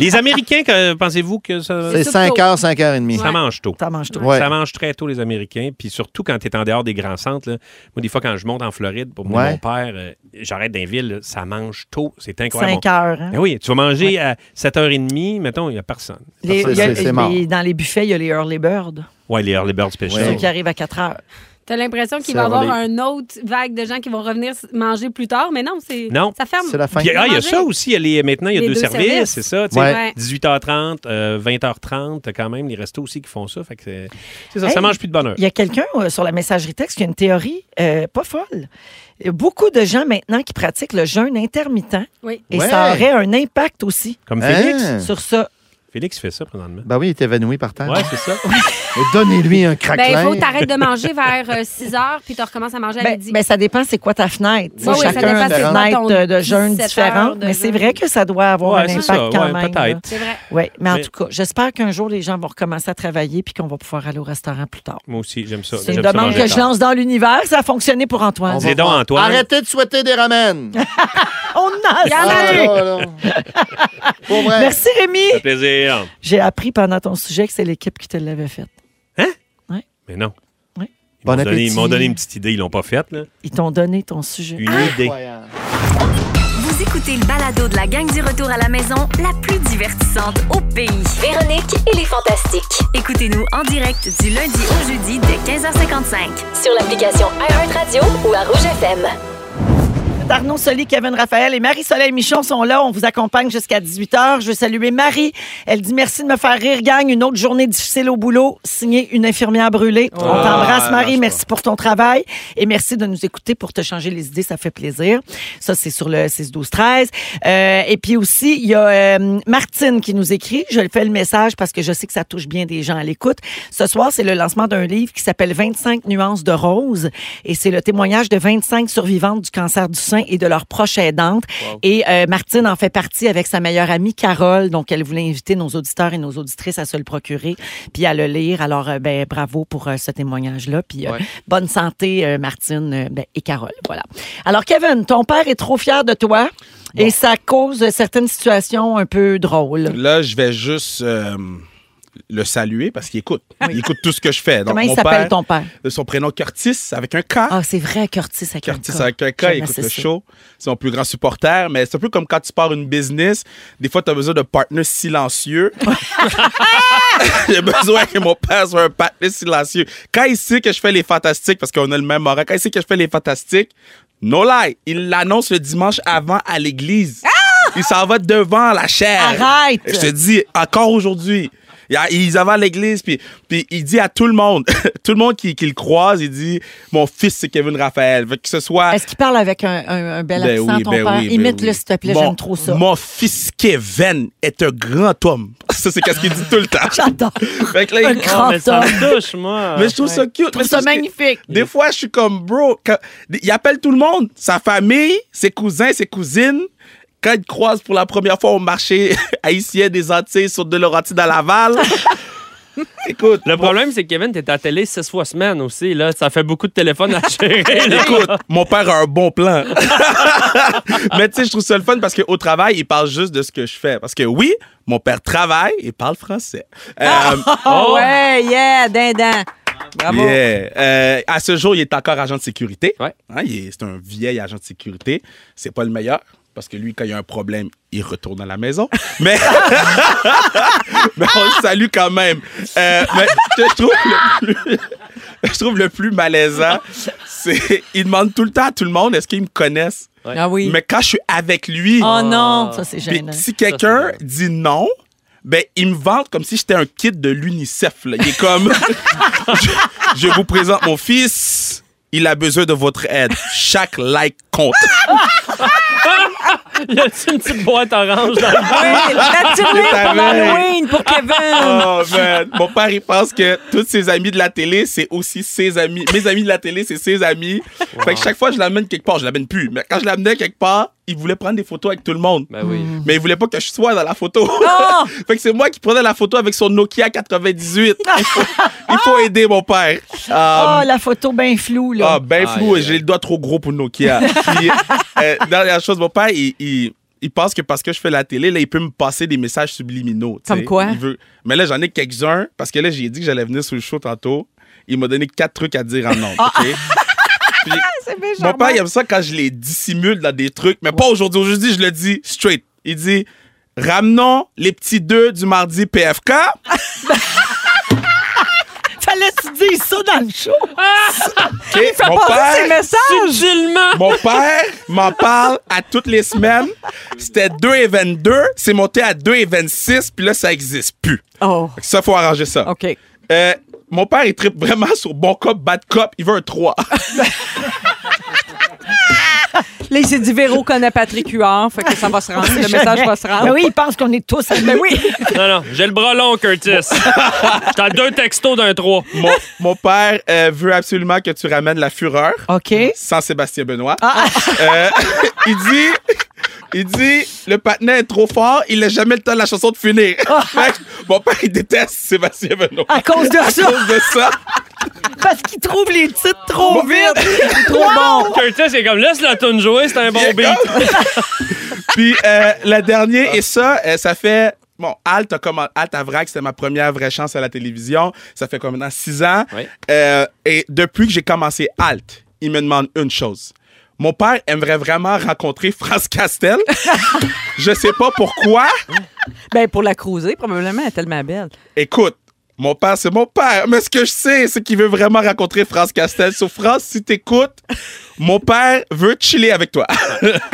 I: Les Américains, que- pensez-vous que ça,
G: c'est
J: soupe
G: 5
J: tôt.
G: heures, 5 heures et demie.
I: ça mange tôt?
F: Ça mange tout.
G: Ouais.
I: Ça mange très tôt, les Américains. Puis surtout quand tu es en dehors des grands centres. là. Moi, des fois, quand je monte en Floride pour mener
G: Ouais.
I: mon père, euh, j'arrête dans les villes, là, ça mange tôt. C'est incroyable.
F: 5 heures. hein.
I: Ben oui, tu vas manger à 7h30, mettons, il n'y a personne.
F: Les-
G: C'est-
F: il y a-
G: c'est- c'est mort.
F: les- dans les buffets, il y a les early birds,
I: Ouais, les early bird
F: ceux
I: special.
F: qui arrivent à 4 heures.
J: T'as l'impression qu'il
G: C'est
J: va y avoir
G: relais.
J: une autre vague de gens qui vont revenir s- manger plus tard, mais non, c'est
I: Non.
J: ça ferme.
G: C'est la fin.
I: Puis, ah, il y a
J: Manger.
I: ça aussi. il y a les- maintenant, il y a
J: Les
I: deux,
J: deux
I: services,
J: services.
I: c'est ça. tu sais.
G: Ouais.
I: 18h30, euh, 20h30, t'as quand même les restos aussi qui font ça. Fait que c'est c'est ça,
F: Hey.
I: ça mange plus de bonheur.
F: Il y a quelqu'un euh, sur la messagerie texte qui a une théorie euh, pas folle. Il y a beaucoup de gens maintenant qui pratiquent le jeûne intermittent
J: Oui.
F: et
G: Ouais.
F: ça aurait un impact aussi
I: (laughs) Comme
G: Hein?
I: Phoenix.
F: sur ça.
I: Félix fait ça présentement.
G: Ben oui, il est évanoui par terre.
I: Ouais, c'est ça.
G: (laughs) Mais Donnez-lui un
J: Ben, il
G: craquelin.
J: faut que t'arrêtes de
I: (laughs)
J: manger vers 6 heures, puis tu recommences à manger à
F: Ben,
J: midi.
F: ben, ça dépend c'est quoi ta fenêtre. Tu sais,
J: Ouais, oui, ça
F: Chacun a
J: dépend
F: une
J: c'est quoi ton
F: fenêtre euh, de jeûne
J: 17 heures
F: différente,
J: de
F: mais c'est
J: jeûne.
F: vrai que ça doit avoir
I: Ouais,
F: un
I: c'est
F: impact
I: ça,
F: quand
I: ouais,
F: même.
I: peut-être.
F: là.
J: C'est vrai.
F: Oui, mais en
I: Mais-
F: tout cas, j'espère qu'un jour, les gens vont recommencer à travailler puis qu'on va pouvoir aller au restaurant plus tard.
I: Moi aussi, j'aime ça.
F: C'est une
I: J'aime ça
F: demande
I: manger
F: que je
I: tard.
F: lance dans l'univers. Ça a fonctionné pour
G: On
F: Antoine.
G: va
I: Dis donc,
G: voir.
I: Antoine.
G: Arrêtez de souhaiter des ramènes.
F: (laughs) On en
G: Ah,
F: sait.
G: là, là. Pour vrai.
F: Merci, Rémi.
I: Ça fait plaisir.
F: J'ai appris pendant ton sujet que c'est l'équipe qui te l'avait faite.
I: Mais non.
F: Oui.
I: Ils m'ont
G: Bon
I: donné, ils
G: appétit.
I: m'ont donné une petite idée. Ils l'ont pas faite, là.
F: Ils t'ont donné ton sujet. Ah!
I: Une idée.
G: Incroyable.
A: Vous écoutez le balado de la gang du retour à la maison, la plus divertissante au pays.
B: Véronique et les Fantastiques.
A: Écoutez-nous en direct du lundi au jeudi dès 15h55.
B: Sur l'application iHeartRadio ou à Rouge FM.
F: Arnaud Soli, Kevin Raphaël et Marie-Soleil Michon sont là. On vous accompagne jusqu'à 18h. Je veux saluer Marie. Elle dit merci de me faire rire, gang. Une autre journée difficile au boulot. Signé une infirmière brûlée. On t'embrasse,
G: ouais,
F: Marie.
G: lâche
F: Merci pour ton travail. Et merci de nous écouter pour te changer les idées. Ça fait plaisir. Ça, c'est sur le 6-12-13. Euh, et puis aussi, il y a euh, Martine qui nous écrit. Je lui fais le message parce que je sais que ça touche bien des gens à l'écoute. Ce soir, c'est le lancement d'un livre qui s'appelle 25 nuances de rose. Et c'est le témoignage de 25 survivantes du cancer du sein et de leur proche aidante. Et euh, Martine en fait partie avec sa meilleure amie Carole. Donc, elle voulait inviter nos auditeurs et nos auditrices à se le procurer puis à le lire. Alors, euh, ben, bravo pour euh, ce témoignage-là. Puis, euh, bonne santé, euh, Martine euh, ben, et Carole. Voilà. Alors, Kevin, ton père est trop fier de toi et ça cause euh, certaines situations un peu drôles.
K: Là, je vais juste euh, le saluer parce qu'il écoute. Il écoute tout ce que je fais. Donc,
F: Comment il
K: mon
F: s'appelle
K: père,
F: ton père?
K: Son prénom Curtis avec un K.
F: Ah, c'est vrai, Curtis avec
K: Curtis
F: un K.
K: avec un K,
F: J'aime
K: il écoute
F: assez
K: le
F: ça.
K: show. C'est mon plus grand supporter, mais c'est un peu comme quand tu pars une business. Des fois, tu as besoin de partenaires silencieux. (laughs) J'ai besoin que mon père soit un partenaire silencieux. Quand il sait que je fais les fantastiques, parce qu'on a le même moral, quand il sait que je fais les fantastiques, no lie, il l'annonce le dimanche avant à l'église. Il s'en va devant la chaire.
F: Ah! Arrête!
K: Je te dis, encore aujourd'hui. Il y a- Ils avaient à l'église, puis, puis il dit à tout le monde, (laughs) tout le monde qui, qui le croise, il dit Mon fils, c'est Kevin Raphaël. Fait que ce soit.
F: Est-ce qu'il parle avec un, un- un bel
K: Ben
F: accent,
K: oui,
F: ton
K: ben
F: père?
K: oui, ben
F: Imite-le,
K: oui.
F: s'il te plaît,
K: Mon-
F: j'aime trop ça.
K: Mon fils Kevin est un grand homme. Ça, c'est qu'est-ce qu'il dit tout le temps.
F: (laughs) J'adore.
K: Fait que là,
F: Un
K: il-
F: grand
I: mais ça
F: homme.
I: me touche, moi.
K: Mais je trouve ça cute.
F: Je trouve
K: Mais
F: ça
K: c'est parce que
F: magnifique.
K: Des fois, je suis comme, bro, quand- il appelle tout le monde, sa famille, ses cousins, ses cousines. Quand il croise pour la première fois au marché (laughs) haïtien des Antilles sur De Laurentides à Laval. Écoute,
H: Le problème, c'est que Kevin, t'es à la télé six fois semaine aussi. Là. Ça fait beaucoup de téléphones à gérer. là.
K: (laughs) Écoute, mon père a un bon plan. (laughs) Mais tu sais, je trouve ça le fun parce qu'au travail, il parle juste de ce que je fais. Parce que oui, mon père travaille et parle français. Euh,
H: (laughs)
L: (laughs)
F: Oh, ouais, yeah, dindin. Bravo.
K: yeah. Euh, à ce jour, il est encore agent de sécurité.
H: Ouais.
K: Hein, il est- c'est un vieil agent de sécurité. C'est pas le meilleur. Parce que lui, quand il y a un problème, il retourne à la maison. (laughs) Mais, mais on le salue quand même. Euh, mais ce que je trouve le plus, (laughs) je trouve le plus malaisant, c'est il demande tout le temps à tout le monde est-ce qu'ils me connaissent.
F: Ah oui.
K: Mais quand je suis avec lui,
F: Oh non, ça c'est
K: puis
F: gênant.
K: si quelqu'un dit non, ben il me vante comme si j'étais un kid de l'UNICEF. là. Il est
F: (laughs)
K: comme je, je vous présente mon fils. Il a besoin de votre aide. Chaque like compte.
H: (laughs) y a-tu une petite boîte orange dans le
F: la petite
K: Je savais.
F: pour Kevin.
K: Oh man, mon père il pense que tous ses amis de la télé c'est aussi ses amis. Mes amis de la télé c'est ses amis. Fait que chaque fois je l'amène quelque part, je l'amène plus. Mais quand je l'amenais quelque part, il voulait prendre des photos avec tout le monde.
H: Ben oui.
F: Hmm.
K: Mais il voulait pas que je sois dans la photo.
F: Oh!
K: (laughs) fait que c'est moi qui prenais la photo avec son Nokia 98. Il faut, il faut aider mon père.
F: Oh,
K: Ah,
F: la photo bien floue, là.
K: ah, ben flou, j'ai le doigt trop gros pour
F: (laughs)
K: Nokia. Puis, euh, dernière chose, mon père, il, il- il pense que parce que je fais la télé, là, il peut me passer des messages subliminaux. tu sais.
F: Comme quoi?
K: Il veut- Mais là, j'en ai quelques-uns parce que là, j'ai dit que j'allais venir sur le show tantôt. Il m'a donné quatre trucs à dire en nombre.
M: Ah. (laughs)
F: Ah. (laughs)
K: OK? Puis, mon
M: hein?
K: père, il aime ça quand je les dissimule dans des trucs, mais pas aujourd'hui. Aujourd'hui, je le dis straight. Il dit Ramenons les petits deux du mardi PFK.
F: (laughs) Fallait-tu dire ça dans le show?
K: OK? Mon père-
H: Subtilement.
K: Mon père m'en parle à toutes les semaines. C'était 2 et 22, c'est monté à 2 et 26, puis là, ça existe plus.
F: Oh,
K: Fait que Ça, faut arranger ça.
F: OK.
K: Euh, mon père, il tripe vraiment sur bon cop, bad cop. Il veut un 3.
L: Là, il s'est dit Véro connaît Patrick Huard, fait que ça va se rendre, le
F: Jamais.
L: message va se rendre.
F: Ben oui, il pense qu'on est tous amis.
L: Ben oui.
H: Non, non, j'ai le bras long, Curtis. T'as deux textos d'un trois.
K: Mon, mon père euh, veut absolument que tu ramènes la fureur.
F: OK. Ah.
K: Sans Sébastien Benoît. Euh, (laughs) il dit. Il dit, le patinet est trop fort, il n'a jamais le temps de la chanson de finir. Fait que mon père, il déteste Sébastien Benoît.
F: Ah. À cause de ça.
K: À cause de ça.
F: Parce qu'il trouve les titres trop vite. trop bon.
H: Curtis est comme, laisse la tune jouer, c'est un bon beat.
K: Puis euh, la dernière, et ça, euh, ça fait. Bon, Alt, a commen- Alt à Vrac, c'était ma première vraie chance à la télévision. Ça fait comme maintenant six ans. Euh, et depuis que j'ai commencé Alt, il me demande une chose. Mon père aimerait vraiment rencontrer (laughs) France Castel. Je sais pas pourquoi.
L: Ben, pour la cruiser, probablement, elle est tellement belle.
K: Écoute, mon père, c'est mon père. Mais ce que je sais, c'est qu'il veut vraiment rencontrer France Castel. Sauf France, si t'écoutes, mon père veut chiller avec toi.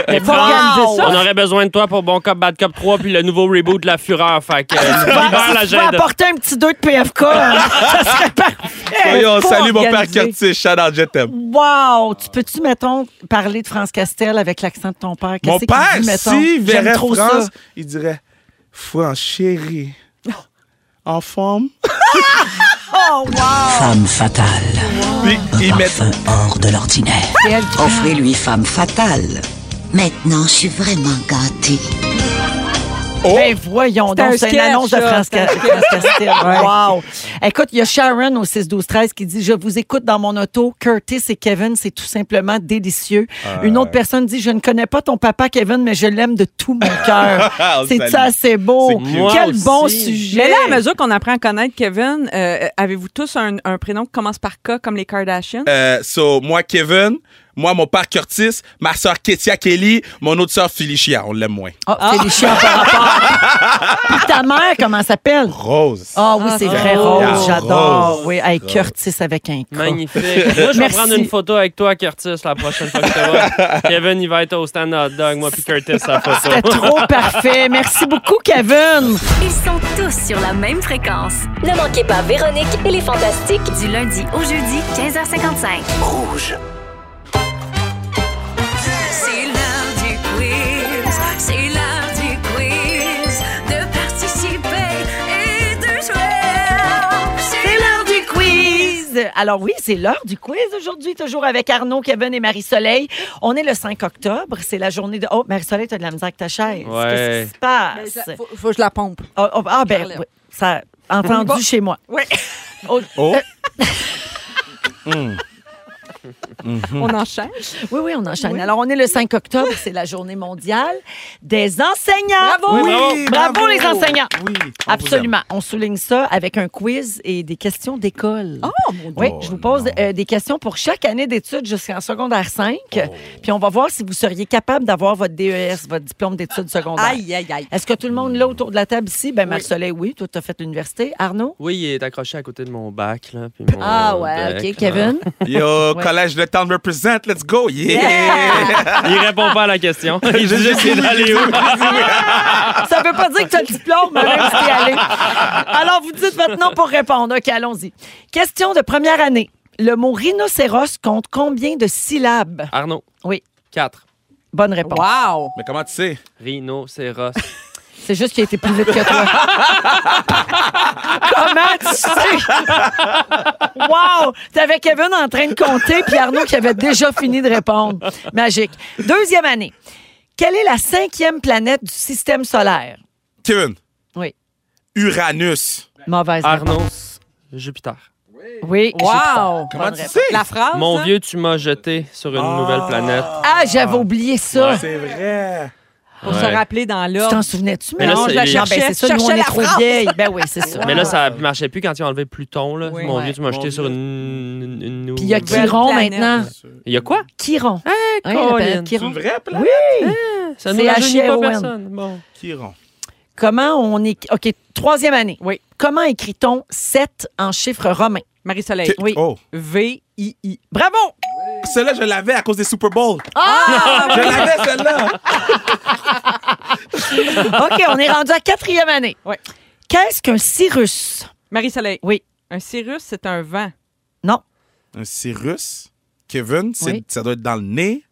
H: Mais
L: faut organiser ça.
H: On aurait besoin de toi pour Bon Cop, Bad Cop 3 puis le nouveau reboot de La Fureur. Fait que, euh, libère
F: Si tu peux
H: l'agenda.
F: apporter un petit 2 de PFK, hein, ça serait parfait.
K: Voyons,
F: Faut
K: salut mon père
F: organiser.
K: Curtis. Shout out, je t'aime.
F: Wow! Tu peux-tu, mettons, parler de France Castel avec l'accent de ton père? Qu'est-ce
K: Mon
F: qu'il
K: père,
F: dit, mettons?
K: s'il
F: J'aime
K: verrait
F: trop
K: France,
F: ça.
K: (laughs) il dirait France, chérie, en forme.
F: Oh, wow!
N: Femme fatale.
K: Puis il met.
N: Parfum hors de l'ordinaire. Offrez-lui femme fatale.
O: Maintenant, je suis vraiment gâtée.
K: Oh!
F: Ben voyons
L: C'était
F: donc,
L: un
F: c'est une
L: sketch,
F: annonce de
L: ça.
F: France, Ca-
L: C'était un
F: France
L: sketch.
F: Castel.
L: (laughs) Ouais.
F: Wow! Écoute, il y a Sharon au 6-12-13 qui dit « Je vous écoute dans mon auto. Curtis et Kevin, c'est tout simplement délicieux. Une autre personne dit « Je ne connais pas ton papa, Kevin, mais je l'aime de tout mon
K: (laughs)
F: cœur.
H: (laughs) Ah,
K: On » le
F: C'est
K: salue.
F: ça, c'est beau.
K: Ah, C'est cute.
F: Quel
L: Moi
F: bon
L: aussi.
F: sujet.
L: Mais là, à mesure qu'on apprend à connaître Kevin, euh, avez-vous tous un, un prénom qui commence par K comme les
F: Ben,
L: Kardashians?
K: Euh, so, moi, Kevin, moi, mon père Curtis, ma soeur Ketia Kelly, mon autre soeur Felicia, on l'aime moins.
F: Oh,
L: Ah.
F: c'est des chiens par rapport.
L: (laughs)
F: Puis ta mère, comment elle s'appelle?
K: Rose.
F: Ah oui, c'est
H: Ah,
F: vrai,
H: Rose.
F: Rose. J'adore.
K: Rose.
F: Oui, avec Curtis avec un K.
H: Magnifique. Moi, je vais
F: Merci.
H: prendre une photo avec toi, Curtis, la prochaine fois que je te
K: (laughs)
H: vois. Kevin, il va être au stand hot dog. Moi, puis Curtis, la photo.
F: C'était
H: (laughs)
F: trop parfait. Merci beaucoup, Kevin.
A: Ils sont tous sur la même fréquence. Ne manquez pas Véronique et les Fantastiques du lundi au jeudi 15h55. Rouge. C'est l'heure du quiz. C'est l'heure du quiz. De participer et de jouer.
F: C'est l'heure du quiz. Alors oui, c'est l'heure du quiz aujourd'hui, toujours avec Arnaud, Kevin et Marie-Soleil. On est le 5 octobre, c'est la journée de... Oh, Marie-Soleil, t'as de la misère avec ta chaise.
H: Ouais.
F: Qu'est-ce qui se
L: Ben, ça-
F: passe?
L: faut, faut que je la pompe.
F: Ah, ah, ah, ben, oui, ça a entendu
L: Bon.
F: chez moi. (laughs)
L: Oui,
F: Oh,
K: Oh!
F: euh,
K: Mm. Hmm.
L: on enchaîne.
F: oui, oui, on enchaîne. Alors, on est le 5 octobre, c'est la journée mondiale des enseignants.
L: Bravo!
K: Oui,
F: Oui, bravo,
K: bravo.
F: les enseignants.
K: Oui, on
F: Absolument. On souligne ça avec un quiz et des questions d'école.
L: Oh, mon Dieu.
F: Oui, je vous pose euh, des questions pour chaque année d'études jusqu'en secondaire 5. Puis on va voir si vous seriez capable d'avoir votre DES, votre diplôme d'études secondaires.
L: Aïe, aïe, aïe.
F: Est-ce que tout le monde là autour de la table ici? Ben, Marcelet, oui. Toi, tu as fait l'université. Arnaud?
H: Oui, il est accroché à côté de mon bac. Là, puis mon
F: Ah ouais,
H: bec,
F: OK.
H: là.
F: Kevin?
K: vous aime. Yo,
F: (laughs) Ouais.
K: collège de town represent, let's go, yeah!
H: Il répond pas à
K: (laughs)
H: la question. Il dit juste qu'il est allé où.
F: Ça veut pas dire que tu as le diplôme, mais même si
L: (laughs)
F: t'es allé. Alors, vous dites votre nom pour répondre. OK, allons-y. Question de première année. Le mot rhinocéros compte combien de syllabes?
H: (laughs) Arnaud.
F: Oui.
H: 4.
F: Bonne réponse.
L: Wow!
K: Mais comment tu sais?
H: Rhinocéros.
F: (laughs) C'est juste qu'il a été plus vite que toi. Comment tu sais? Wow! T'avais Kevin en train de compter, puis Arnaud qui avait déjà fini de répondre. Magique. Deuxième année. Quelle est la cinquième planète du système solaire?
K: Kevin.
F: Oui.
K: Uranus.
F: Mauvaise
H: Arnaud.
F: réponse.
H: Jupiter.
F: Oui. j'ai pas.
L: Wow!
K: Comment
F: Bonne
K: tu
F: réponse.
K: sais?
L: La phrase.
H: Mon
L: hein?
H: vieux, tu m'as jeté sur une nouvelle planète.
F: Ah, j'avais oublié ça.
K: C'est vrai.
L: Pour se
H: Ouais.
L: rappeler dans
F: Tu t'en
L: l'ordre.
F: souvenais-tu?
H: Mais là,
F: non,
H: c'est-
F: je la
H: les-
F: cherchais.
L: Ben,
F: c'est ça, nous, on
L: cherchais la
F: est trop
L: France.
F: vieilles. Ben oui, c'est ça.
H: Mais là, ça marchait plus quand ils ont enlevé Pluton. Là.
L: Oui.
H: Mon
F: Ouais.
H: vieux, tu m'as jeté
K: Mon
H: sur une, une- une
F: Puis il y a
H: nouvelle-
F: Chiron
L: planète.
F: maintenant.
H: Il y a quoi?
F: Chiron. Hein, la
H: Colin.
F: planète
K: C'est
F: Chiron.
K: une vraie planète?
L: Hein?
H: Ça
F: C'est E
H: ne rajeunit pas
F: H.R.O.N..
H: personne. Bon.
K: Chiron.
F: Comment on écrit. OK, troisième année.
L: Oui.
F: Comment écrit-on 7 en chiffre romain?
L: Marie-Soleil.
K: Oui. Oh.
L: V-I-I.
F: Bravo!
K: Celle-là, je l'avais à cause des Super Bowl.
L: Ah!
K: (laughs) Je l'avais, celle-là.
F: OK, on est rendu à quatrième année.
L: Ouais.
F: Qu'est-ce qu'un cirrus?
L: Marie-Soleil.
F: Oui.
L: Un cirrus, c'est un vent.
K: Un cirrus. Kevin, c'est-
F: Oui.
K: ça doit être dans le nez.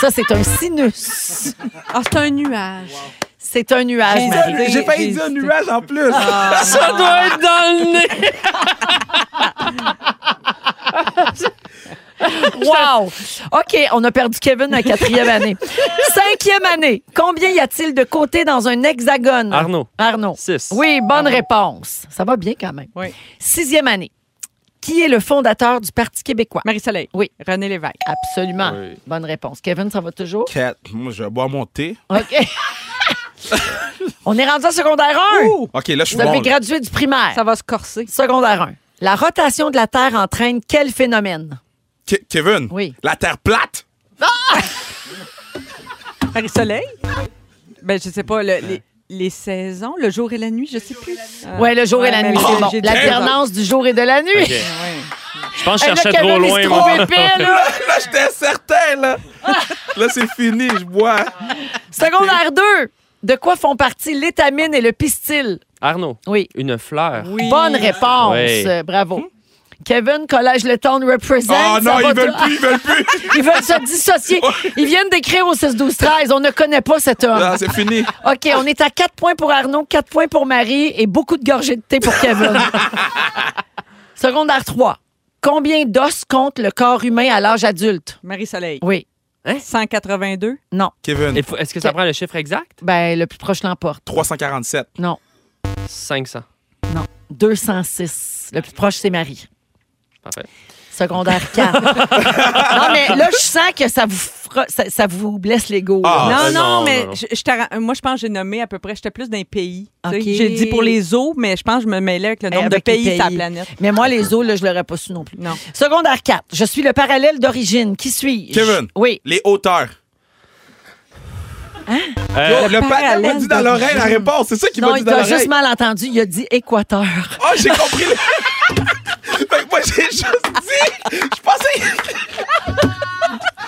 F: ça, c'est un sinus.
L: Ah, c'est un nuage.
F: C'est un nuage, Marie.
K: J'ai failli dire nuage en plus. (laughs)
F: Ça
L: doit être dans le nez.
F: (laughs) Wow! OK, on a perdu Kevin à quatrième année. Cinquième année, combien y a-t-il de côtés dans un hexagone?
H: Arnaud.
F: Arnaud.
H: Six.
F: Oui, bonne réponse. Ça va bien quand même.
L: Oui.
F: Sixième année, qui est le fondateur du Parti québécois?
L: Marie-Soleil.
F: Oui.
L: René Lévesque.
F: Absolument.
K: Oui.
F: Bonne réponse. Kevin, ça
L: (laughs)
F: va toujours?
K: Quatre. Moi, je vais boire mon thé.
F: OK. on est rendu en secondaire 1.
K: OK, là, je suis
F: Vous avez
K: bon. là.
F: gradué du primaire. Ça
L: va se corser.
F: Secondaire 1. La rotation de la Terre entraîne quel phénomène?
K: Ke- Kevin.
F: Oui.
K: La terre plate.
F: Ah!
L: (laughs) Marie-Soleil? Ben, je sais pas, le- les, les saisons, le jour et la nuit, je sais plus. Euh,
F: Oui, le jour et la
L: ouais,
F: nuit,
L: mais
F: c'est bon.
L: j'ai dit-
F: L'alternance du jour et de la nuit.
L: Ok.
H: Je pense que
F: Ben Hey, là,
H: je cherchais trop
F: Kevin, il
H: loin,
F: se
H: moi. (laughs)
F: trouve épais, là.
K: Là, j'étais certain, là. Là, c'est fini, je bois.
F: Secondaire 2. De quoi font partie l'étamine et le pistil?
H: Arnaud.
F: Oui.
H: Une fleur.
F: Bonne réponse.
H: Oui.
F: Euh, Bravo. Kevin, Collège Le Town represent.
H: Ah
F: Ça
H: non,
F: va
H: ils veulent
F: tout-
H: plus, ils veulent plus.
F: (laughs) ils veulent se dissocier. Ils viennent d'écrire au 6-12-13. On ne connaît pas cet homme.
K: Ah, c'est fini.
F: OK, on est à 4 points pour Arnaud, 4 points pour Marie et beaucoup de gorgées de thé pour
H: (laughs)
F: Kevin.
I: (laughs)
F: Secondaire 3. Combien d'os compte le corps humain à l'âge adulte?
L: Marie-Soleil.
F: Oui.
L: 182.
F: Non.
K: Kevin.
H: Et faut- Est-ce que ça prend le chiffre exact?
F: Ben, le plus proche l'emporte.
K: 347.
F: Non,
H: 500.
F: non. 206. Le plus proche, c'est Marie.
H: Parfait.
F: Secondaire 4. non, mais là, je sens que ça vous, fro- ça, ça vous blesse l'ego. là.
L: non, non,
H: Ah, ben non,
L: mais
H: non, non.
L: je- je t'arra- moi, je pense que j'ai nommé à peu près, j'étais plus d'un pays. tu sais.
F: OK. Eh,
L: J'ai dit pour les eaux, mais je pense que je me mêlais avec le nombre
F: Avec
L: de
F: les
L: pays, sur la planète.
F: Mais moi, les eaux, là, je l'aurais pas su non plus.
L: Non.
F: Secondaire 4. Je suis le parallèle d'origine. Qui suis-je?
K: Kevin.
F: Oui. Hein?
K: Les hauteurs.
H: Euh,
K: le patin m'a
F: parallèle
K: dit dans l'oreille la
F: d'origine.
K: réponse. C'est ça qu'il
F: Non,
K: m'a dit
F: il
K: dans
F: t'a
K: l'oreille.
F: juste mal entendu. Il a dit Équateur.
K: Ah, j'ai compris. le- (laughs) fait que moi, j'ai juste dit. Je pensais.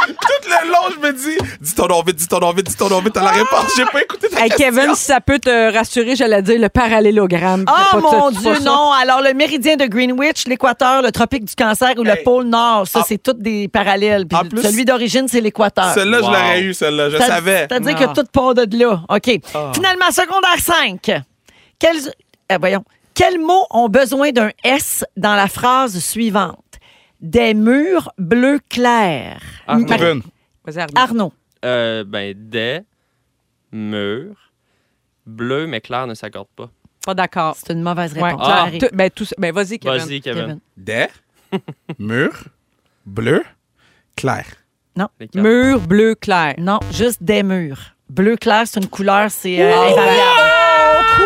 K: Tout le long, je me dis dis ton nom vite, dis ton nom vite, dis ton nom vite, t'as la réponse. J'ai pas écouté ta
L: Ah! Hey,
K: question.
L: Kevin, si ça peut te rassurer, j'allais dire le parallélogramme.
F: Ah,
L: C'est pas-
F: mon
L: c'est
F: Dieu,
L: pas ça.
F: non. Alors, le méridien de Greenwich, l'équateur, le tropique du cancer ou le
K: Hey.
F: pôle nord, ça, c'est toutes des parallèles. Puis
K: En plus-
F: celui d'origine, c'est l'équateur.
K: Celle-là, je
H: Wow.
K: l'aurais eu, celle-là. Je
F: T'as-
K: savais.
F: C'est-à-dire
L: Ah.
F: que tout part de là. OK.
K: Ah.
F: Finalement, secondaire 5. Quels, eh, voyons. Quels mots ont besoin d'un S dans la phrase suivante? Des murs bleus clairs.
L: Ah,
H: Arnaud.
K: Kevin.
L: Vas-y, Arnaud.
F: Arnaud.
H: Euh, ben, des murs bleu, mais clair ne s'accorde pas.
L: Pas d'accord.
F: C'est une mauvaise
L: Ouais.
F: réponse.
H: Ah.
F: Marie.
L: Tout- ben, tout ça- ben, vas-y, Kevin.
H: Vas-y, Kevin.
F: Kevin.
K: Des murs bleus clair.
H: Les quatre.
L: Mur bleu clair.
F: Non, juste des murs. Bleu clair, c'est une couleur, c'est euh, invariable.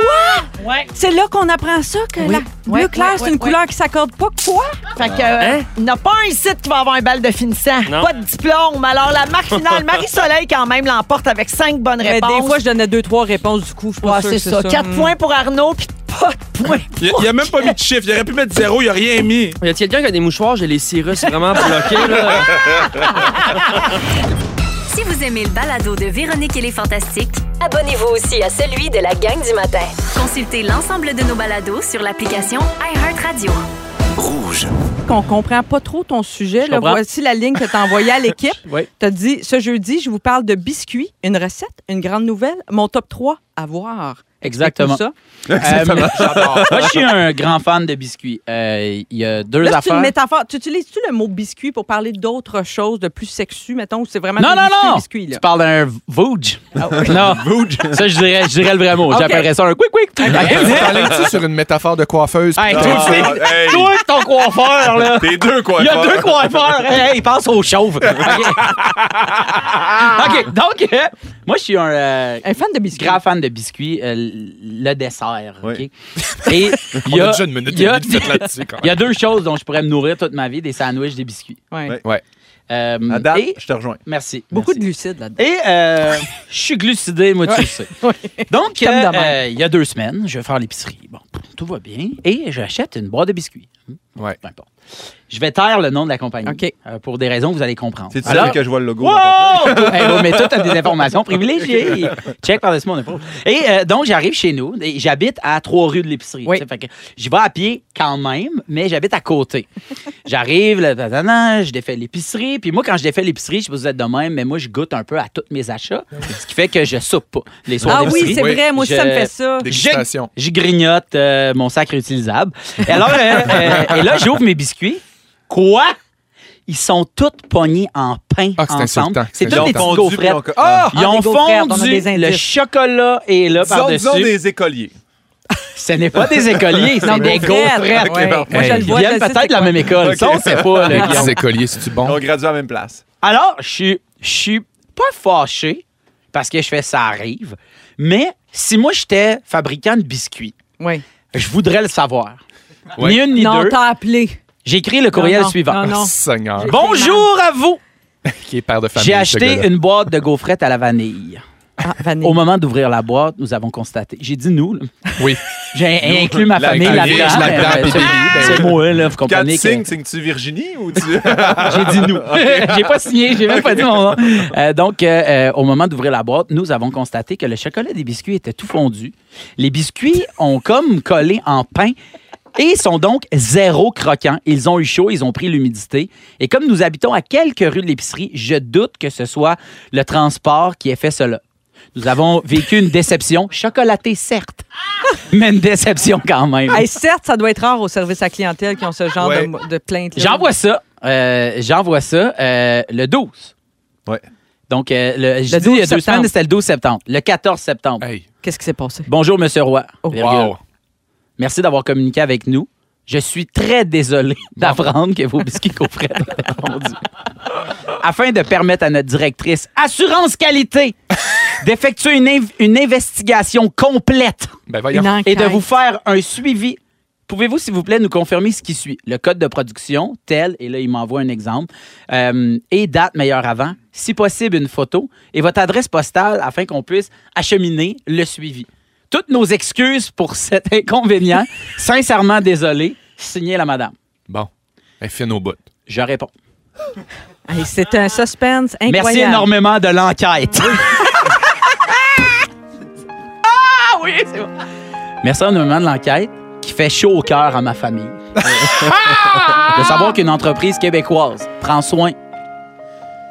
L: C'est là qu'on apprend ça, que
F: Oui.
L: la
F: Ouais,
L: bleu clair,
F: ouais,
L: c'est
F: ouais,
L: une
F: ouais.
L: couleur qui s'accorde pas. Quoi?
F: Fait que, euh, il n'y en a pas un site qui va avoir un bal de finissant.
H: Non.
F: Pas de diplôme. Alors, la marque finale, Marie-Soleil, quand même, l'emporte avec cinq bonnes
L: Mais
F: réponses.
L: des fois, je donnais deux, trois réponses du coup. Je suis pas
F: Ouais,
L: sûre
F: c'est
L: que
F: ça. Quatre
L: Mm.
F: points pour Arnaud, puis pas de points.
K: Il, il a même pas mis de chiffre. Il aurait pu mettre zéro, il a rien mis.
H: Y a-t-il quelqu'un qui a des mouchoirs? J'ai les cirrus vraiment bloqués, là.
A: (laughs)
K: (laughs)
A: Si vous aimez le balado de Véronique et les Fantastiques,
B: Abonnez-vous aussi à celui de la gang du matin.
A: consultez l'ensemble de nos balados sur l'application iHeartRadio.
C: Rouge.
L: qu'on comprend pas trop ton sujet.
H: Je
L: Là,
H: comprends.
L: voici la ligne que tu as envoyée
P: (laughs)
L: à l'équipe.
H: Oui.
L: Tu as dit ce jeudi, je vous parle de biscuits, une recette, une grande nouvelle, mon top 3 à voir.
P: Exactement.
L: Explique-nous
P: Euh, (laughs) moi, je suis un grand fan de biscuits. Euh, Il y a deux
L: ça. Là, c'est
P: affaires.
L: une métaphore. Tu utilises-tu le mot biscuit pour parler d'autre chose, de plus sexu, mettons, ou c'est vraiment
P: non,
L: des
P: non,
L: biscuits,
P: non!
L: biscuits, là? Ah
P: Tu parles d'un vooge. Non. Ça, je dirais, je dirais le vrai mot.
L: Ok.
P: J'appellerais ça un quick quick.
M: Parles-tu sur une métaphore de coiffeuse?
P: Hey,
M: puis-
P: toi,
M: Ah,
P: c'est-
K: hey.
P: toi, ton coiffeur, là.
K: T'es deux, quoi.
P: Il y a
K: (laughs)
P: deux coiffeurs. Hey, hey, il passe au
M: (laughs)
P: chauve. OK, OK, donc, euh, moi, je suis un, euh,
L: Un fan de biscuits.
P: grand fan de biscuits, euh, le dessert. OK?
G: Oui.
M: (laughs)
P: Et il y
M: On a
P: a,
M: déjà une minute
P: il y a-
M: et demie de fait là-dessus, quand même.
P: il (laughs) y a deux choses dont je pourrais me nourrir toute ma vie, des sandwichs, des biscuits.
L: Ouais.
M: Ouais. Ouais.
P: Euh,
G: À date,
P: et-
G: je te rejoins.
P: merci.
L: Beaucoup
P: merci.
L: de glucides là-dedans.
P: Et euh, je suis glucidé, moi, tu le
L: (laughs)
P: sais. Donc,
L: Comme
P: euh,
L: de même.
P: euh, il y a deux semaines, je vais faire l'épicerie. Bon, tout va bien. Et j'achète une boîte de biscuits. Hmm,
M: Ouais.
P: peu importe. Je vais taire le nom de la compagnie.
L: OK.
P: euh, pour des raisons que vous allez comprendre.
G: C'est
P: Alors-
G: là que je vois le logo. (laughs)
P: Wow! hey, vous mettez toutes des informations privilégiées. Check par-dessus mon épaule. Et euh, donc, j'arrive chez nous. et J'habite à trois rues de l'épicerie.
L: Oui.
P: tu sais, fait que J'y vais à pied quand même, mais j'habite à côté. J'arrive, là, tadana, je défais l'épicerie. Puis moi, quand je défais l'épicerie, je sais pas si vous êtes de même, mais moi, je goûte un peu à tous mes achats. Ce qui fait que je soupe pas les soirs
L: Ah oui,
P: d'épicerie.
L: c'est vrai, moi aussi, ça me fait ça.
P: je-
M: Dégustation.
P: Je grignote euh, mon sac réutilisable. Et alors, euh, euh, et là, j'ouvre mes biscuits. Quoi? Ils sont tous pognés en pain
M: Ah, c'est
P: ensemble.
M: insultant.
P: C'est
M: Ils
P: toutes
M: ont
P: des petites
M: fondu,
P: gaufrettes.
M: puis on- Ah!
P: Ils
M: Ah,
P: ont
M: des gaufrettes, on a
P: fondu,
M: des
P: le
M: indices.
P: chocolat est là
M: Disons-
P: par-dessus.
M: disons des
K: écoliers.
P: Ce n'est pas (laughs) des écoliers, c'est
M: Non,
P: des
M: gaufrettes.
P: gaufrettes.
M: Ouais. Moi, je le
P: Ils
M: vois, je
P: viennent
M: le sais,
P: peut-être
M: c'est
P: de la
M: quoi.
P: même école.
M: Ok.
P: Ça, on sait
M: (laughs)
P: pas.
M: Les
P: Là, Guillaume.
M: écoliers, c'est-tu bon?
K: On gradue à la même place.
P: Alors, je suis- je suis pas fâché parce que je fais ça arrive, mais si moi j'étais fabricant de biscuits, je voudrais le savoir.
M: Ouais.
P: Ni une ni
L: Non,
P: deux.
L: t'as appelé.
P: J'ai écrit le courriel
L: Non, non,
K: (laughs)
P: suivant.
L: non, non.
M: Seigneur.
P: Bonjour à vous.
M: Qui est père de famille.
P: J'ai
M: ce
P: acheté
M: gars-là.
P: une boîte de gaufrettes à la vanille.
L: Ah,
P: Au moment d'ouvrir la boîte, nous avons constaté. J'ai dit nous.
M: Oui.
P: J'ai
K: Nous,
P: inclus ma
K: la
P: famille
K: famille,
P: là-dedans.
K: la dame
P: Euh,
K: et
P: c'est-
K: Billy, ben
P: C'est
K: oui.
P: moi, là. Vous
K: Quand
P: comprenez
K: tu
P: que-
K: signes, signes-tu Virginie ou tu.
P: (laughs) J'ai dit
K: (laughs)
Q: (laughs)
P: nous. j'ai pas signé, j'ai même pas dit mon nom. Euh, donc, euh, euh, au moment d'ouvrir la boîte, nous avons constaté que le chocolat des biscuits était tout fondu. Les biscuits ont comme collé en pain. Et sont donc zéro croquants. Ils ont eu chaud, ils ont pris l'humidité. Et comme nous habitons à quelques rues de l'épicerie, je doute que ce soit le transport qui ait fait cela. Nous avons vécu une déception, chocolatée certes, mais une déception quand même.
L: Hey, certes, ça doit être rare au service à clientèle qui ont ce genre
P: Ouais.
L: de, de plainte.
P: J'envoie ça. Euh, J'envoie ça euh, le 12. Ouais. Donc, euh, le, je
L: Le
P: dis, il y a deux
L: 12 septembre.
P: semaines, c'était le 12 septembre. Le 14 septembre.
L: Qu'est-ce qui s'est passé? Oh.
P: Bonjour, Monsieur Roy. Virgule.
L: Wow.
P: Merci d'avoir communiqué avec nous. Je suis très désolé d'apprendre que vos biscuits coffrets ont fondu. Afin de permettre à notre directrice Assurance Qualité d'effectuer une, inv- une investigation complète
M: voyons. Une enquête.
P: et de vous faire un suivi. Pouvez-vous, s'il vous plaît, nous confirmer ce qui suit? Le code de production, tel, et là, il m'envoie un exemple, euh, et date meilleure avant, si possible, une photo, et votre adresse postale afin qu'on puisse acheminer le suivi. Toutes nos excuses pour (laughs) cet inconvénient. Sincèrement désolé. Signé la madame.
M: Bon. Elle fine au bout.
P: Je réponds.
L: Hey, c'est un suspense incroyable.
P: Merci énormément de l'enquête. ah oui, c'est bon. Merci énormément de l'enquête qui fait chaud au cœur à ma famille. de savoir qu'une entreprise québécoise prend soin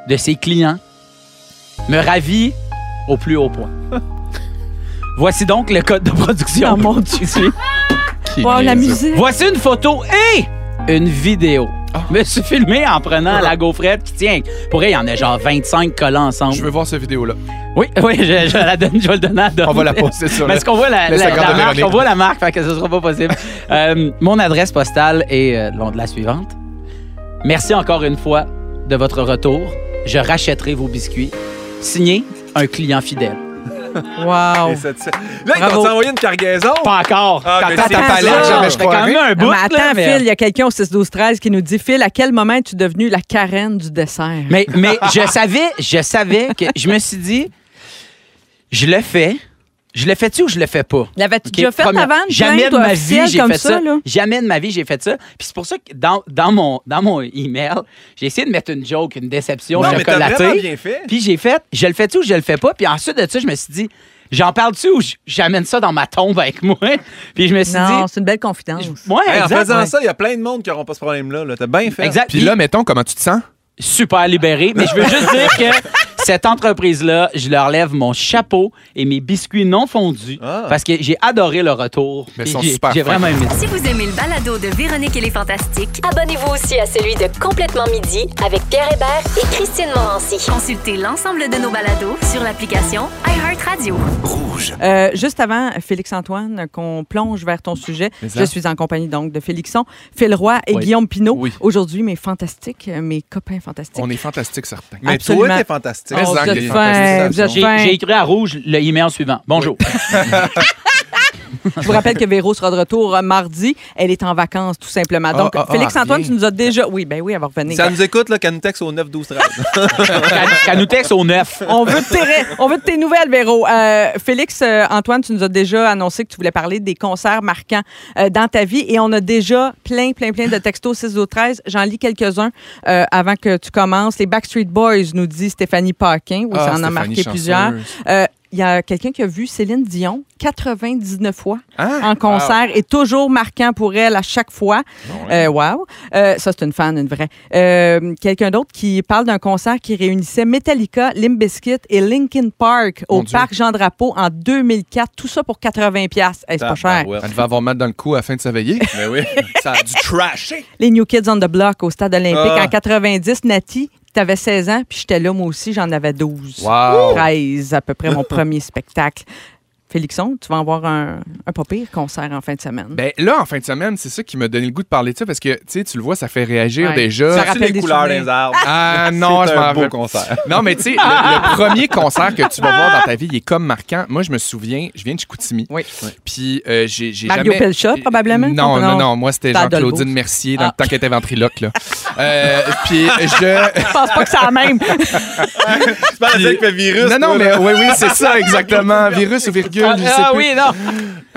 P: de ses clients me ravit au plus haut point. Voici donc le code de production.
L: Oh mon
P: (laughs)
L: Dieu. Wow, la musique.
P: Voici une photo et une vidéo. Je me suis filmé en prenant la gaufrette qui tient. Pour elle, il y en a genre 25 collants ensemble. Je veux
M: voir cette vidéo-là.
P: Oui, oui, je, je la donne, je vais le donner à Dom.
M: On va la
P: (laughs)
M: poster sur
P: Mais
M: le-
P: est-ce qu'on voit la,
M: le
P: la-
M: Instagram
P: la
M: de
P: marque?
M: Véronique.
P: On voit la marque, fait que ce sera pas
M: (laughs)
P: possible. Euh, mon adresse postale est euh, bon, la suivante. Merci encore une fois de votre retour. Je rachèterai vos biscuits. Signé, un client fidèle.
L: (laughs) Wow.
K: Et cette- Là, ils t'ont envoyé une cargaison. Ah,
P: Pas encore.
K: T'attends ta palette,
L: J'avais
K: jamais je croirais.
L: Non, Ah, mais attends, Phil, il y a quelqu'un au 6-12-13 qui nous dit Phil, à quel moment es-tu devenu la carène du dessert?
P: Mais,
L: (laughs)
P: mais je savais, je savais que je me suis dit, je le fais. Je le fais-tu ou je le fais pas?
L: L'avais-tu
P: Ok,
L: déjà fait
P: première-
L: avant une
P: Jamais
L: plainte
P: de ma vie,
L: officielle
P: j'ai
L: comme
P: fait ça.
L: ça, là?
P: Jamais de ma vie, j'ai fait ça. Puis c'est pour ça que dans, dans, mon, dans mon email, j'ai essayé de mettre une joke, une déception
K: Non, mais t'as
P: chocolatée.
K: vraiment bien fait.
P: Puis j'ai fait, je le fais-tu ou je le fais pas? Puis ensuite de ça, je me suis dit, j'en parle-tu ou j- j'amène ça dans ma tombe avec moi? (laughs) Puis je me suis
L: Non,
P: dit,
L: c'est une belle confidence.
P: ouais,
K: Hey, en
P: exact,
K: faisant
P: ouais.
K: ça, il y a plein de monde qui n'auront pas ce problème-là. là. T'as bien fait.
P: Exact.
M: Puis là, mettons, comment tu te sens?
P: super libéré, mais je veux juste dire que cette entreprise-là, je leur lève mon chapeau et mes biscuits non fondus
L: Ah.
P: parce que j'ai adoré le retour.
M: Mais
P: Puis
M: ils sont
P: j'ai-
M: super
P: J'ai
M: fins.
P: vraiment aimé ça.
B: Si vous aimez le balado de Véronique et les Fantastiques,
A: Abonnez-vous aussi à celui de Complètement Midi avec Pierre Hébert et Christine Morancy. Consultez l'ensemble de nos balados sur l'application iHeartRadio.
L: Euh, juste avant, Félix-Antoine, qu'on plonge vers ton sujet,
A: Mais ça.
L: je suis en compagnie donc de Félixon, Phil Roy et
M: Oui.
L: Guillaume Pinault. Aujourd'hui, mes fantastiques, euh, mes copains fantastiques.
M: On est fantastique, certains.
L: Mais toi, Absolument. t'es fantastique. Oh, vous êtes fin, vous êtes
P: J'ai
L: fin.
P: j'ai écrit à rouge le email suivant. Bonjour.
L: Je vous rappelle que Véro sera de retour euh, mardi. Elle est en vacances, tout simplement.
K: Ah,
L: Donc,
K: ah, ah,
L: Félix-Antoine,
K: bien.
L: tu nous as déjà... Oui, ben oui, elle va revenir.
K: Ça nous écoute, là, qu'elle nous texte au 9 12 13.
P: qu'elle nous texte au 9.
L: On veut, de tes, ré- on veut de tes nouvelles, Véro. Euh, Félix, euh, Antoine, tu nous as déjà annoncé que tu voulais parler des concerts marquants euh, dans ta vie et on a déjà plein, plein, plein de textos 6 au 13. J'en lis quelques-uns euh, avant que tu commences. Les Backstreet Boys, nous dit Stéphanie Paquin.
M: Ah,
L: Oui, ça en a
M: Stéphanie
L: marqué
M: chanceuse.
L: plusieurs. Euh, Il il y a quelqu'un qui a vu Céline Dion 99 fois
K: Hein?
M: Ah!
L: en concert
M: Wow.
L: et toujours marquant pour elle à chaque fois.
M: Ah
L: Euh, wow. Euh, ça, c'est une fan, une vraie. Euh, quelqu'un d'autre qui parle d'un concert qui réunissait Metallica, Limp Bizkit et Linkin Park
M: Mon
L: au
M: Dieu.
L: parc Jean-Drapeau en 2004. Tout ça pour 80$. piastres. Hey, c'est pas cher.
M: Elle devait avoir mal dans le cou à la fin de sa veillée. Mais oui. Ça a dû trasher.
L: Les New Kids on the Block au Stade olympique
M: Ah.
L: en 90. Nati, t'avais 16 ans, puis j'étais là, moi aussi, j'en avais 12.
M: Wow.
L: 13 à peu
M: (laughs)
L: près, mon premier spectacle. Félixon, tu vas avoir un, un pas pire concert en fin de semaine.
M: Ben là, en fin de semaine, c'est ça qui m'a donné le goût de parler de ça parce que, tu sais, tu le vois, ça fait réagir
L: Ouais.
M: déjà.
L: Ça rappelle
M: Tu sais,
L: des souvenirs.
M: Ah non,
K: (laughs) C'est
M: je
K: un
M: m'en
K: beau
M: rappelle.
K: concert.
M: Non, mais tu sais, le, le premier concert que tu vas voir dans ta vie, il est comme marquant. Moi, je me souviens, je viens de Chicoutimi.
L: Oui.
M: Puis euh, j'ai j'ai
L: Mario
M: jamais...
L: Pelcha, probablement?
M: Non, non, non. Moi, c'était
L: Pas Dolbeau.
M: Jean-Claudine Mercier dans
L: Ah.
M: le temps qu'elle était ventriloque, là. Euh, puis je...
L: (laughs) Je pense pas que c'est
M: (laughs)
L: la même.
M: Tu parles avec le virus. Non, non, mais oui, oui, c'est ça, (laughs) exactement. Virus ou virgule, je sais
L: Ah,
M: plus.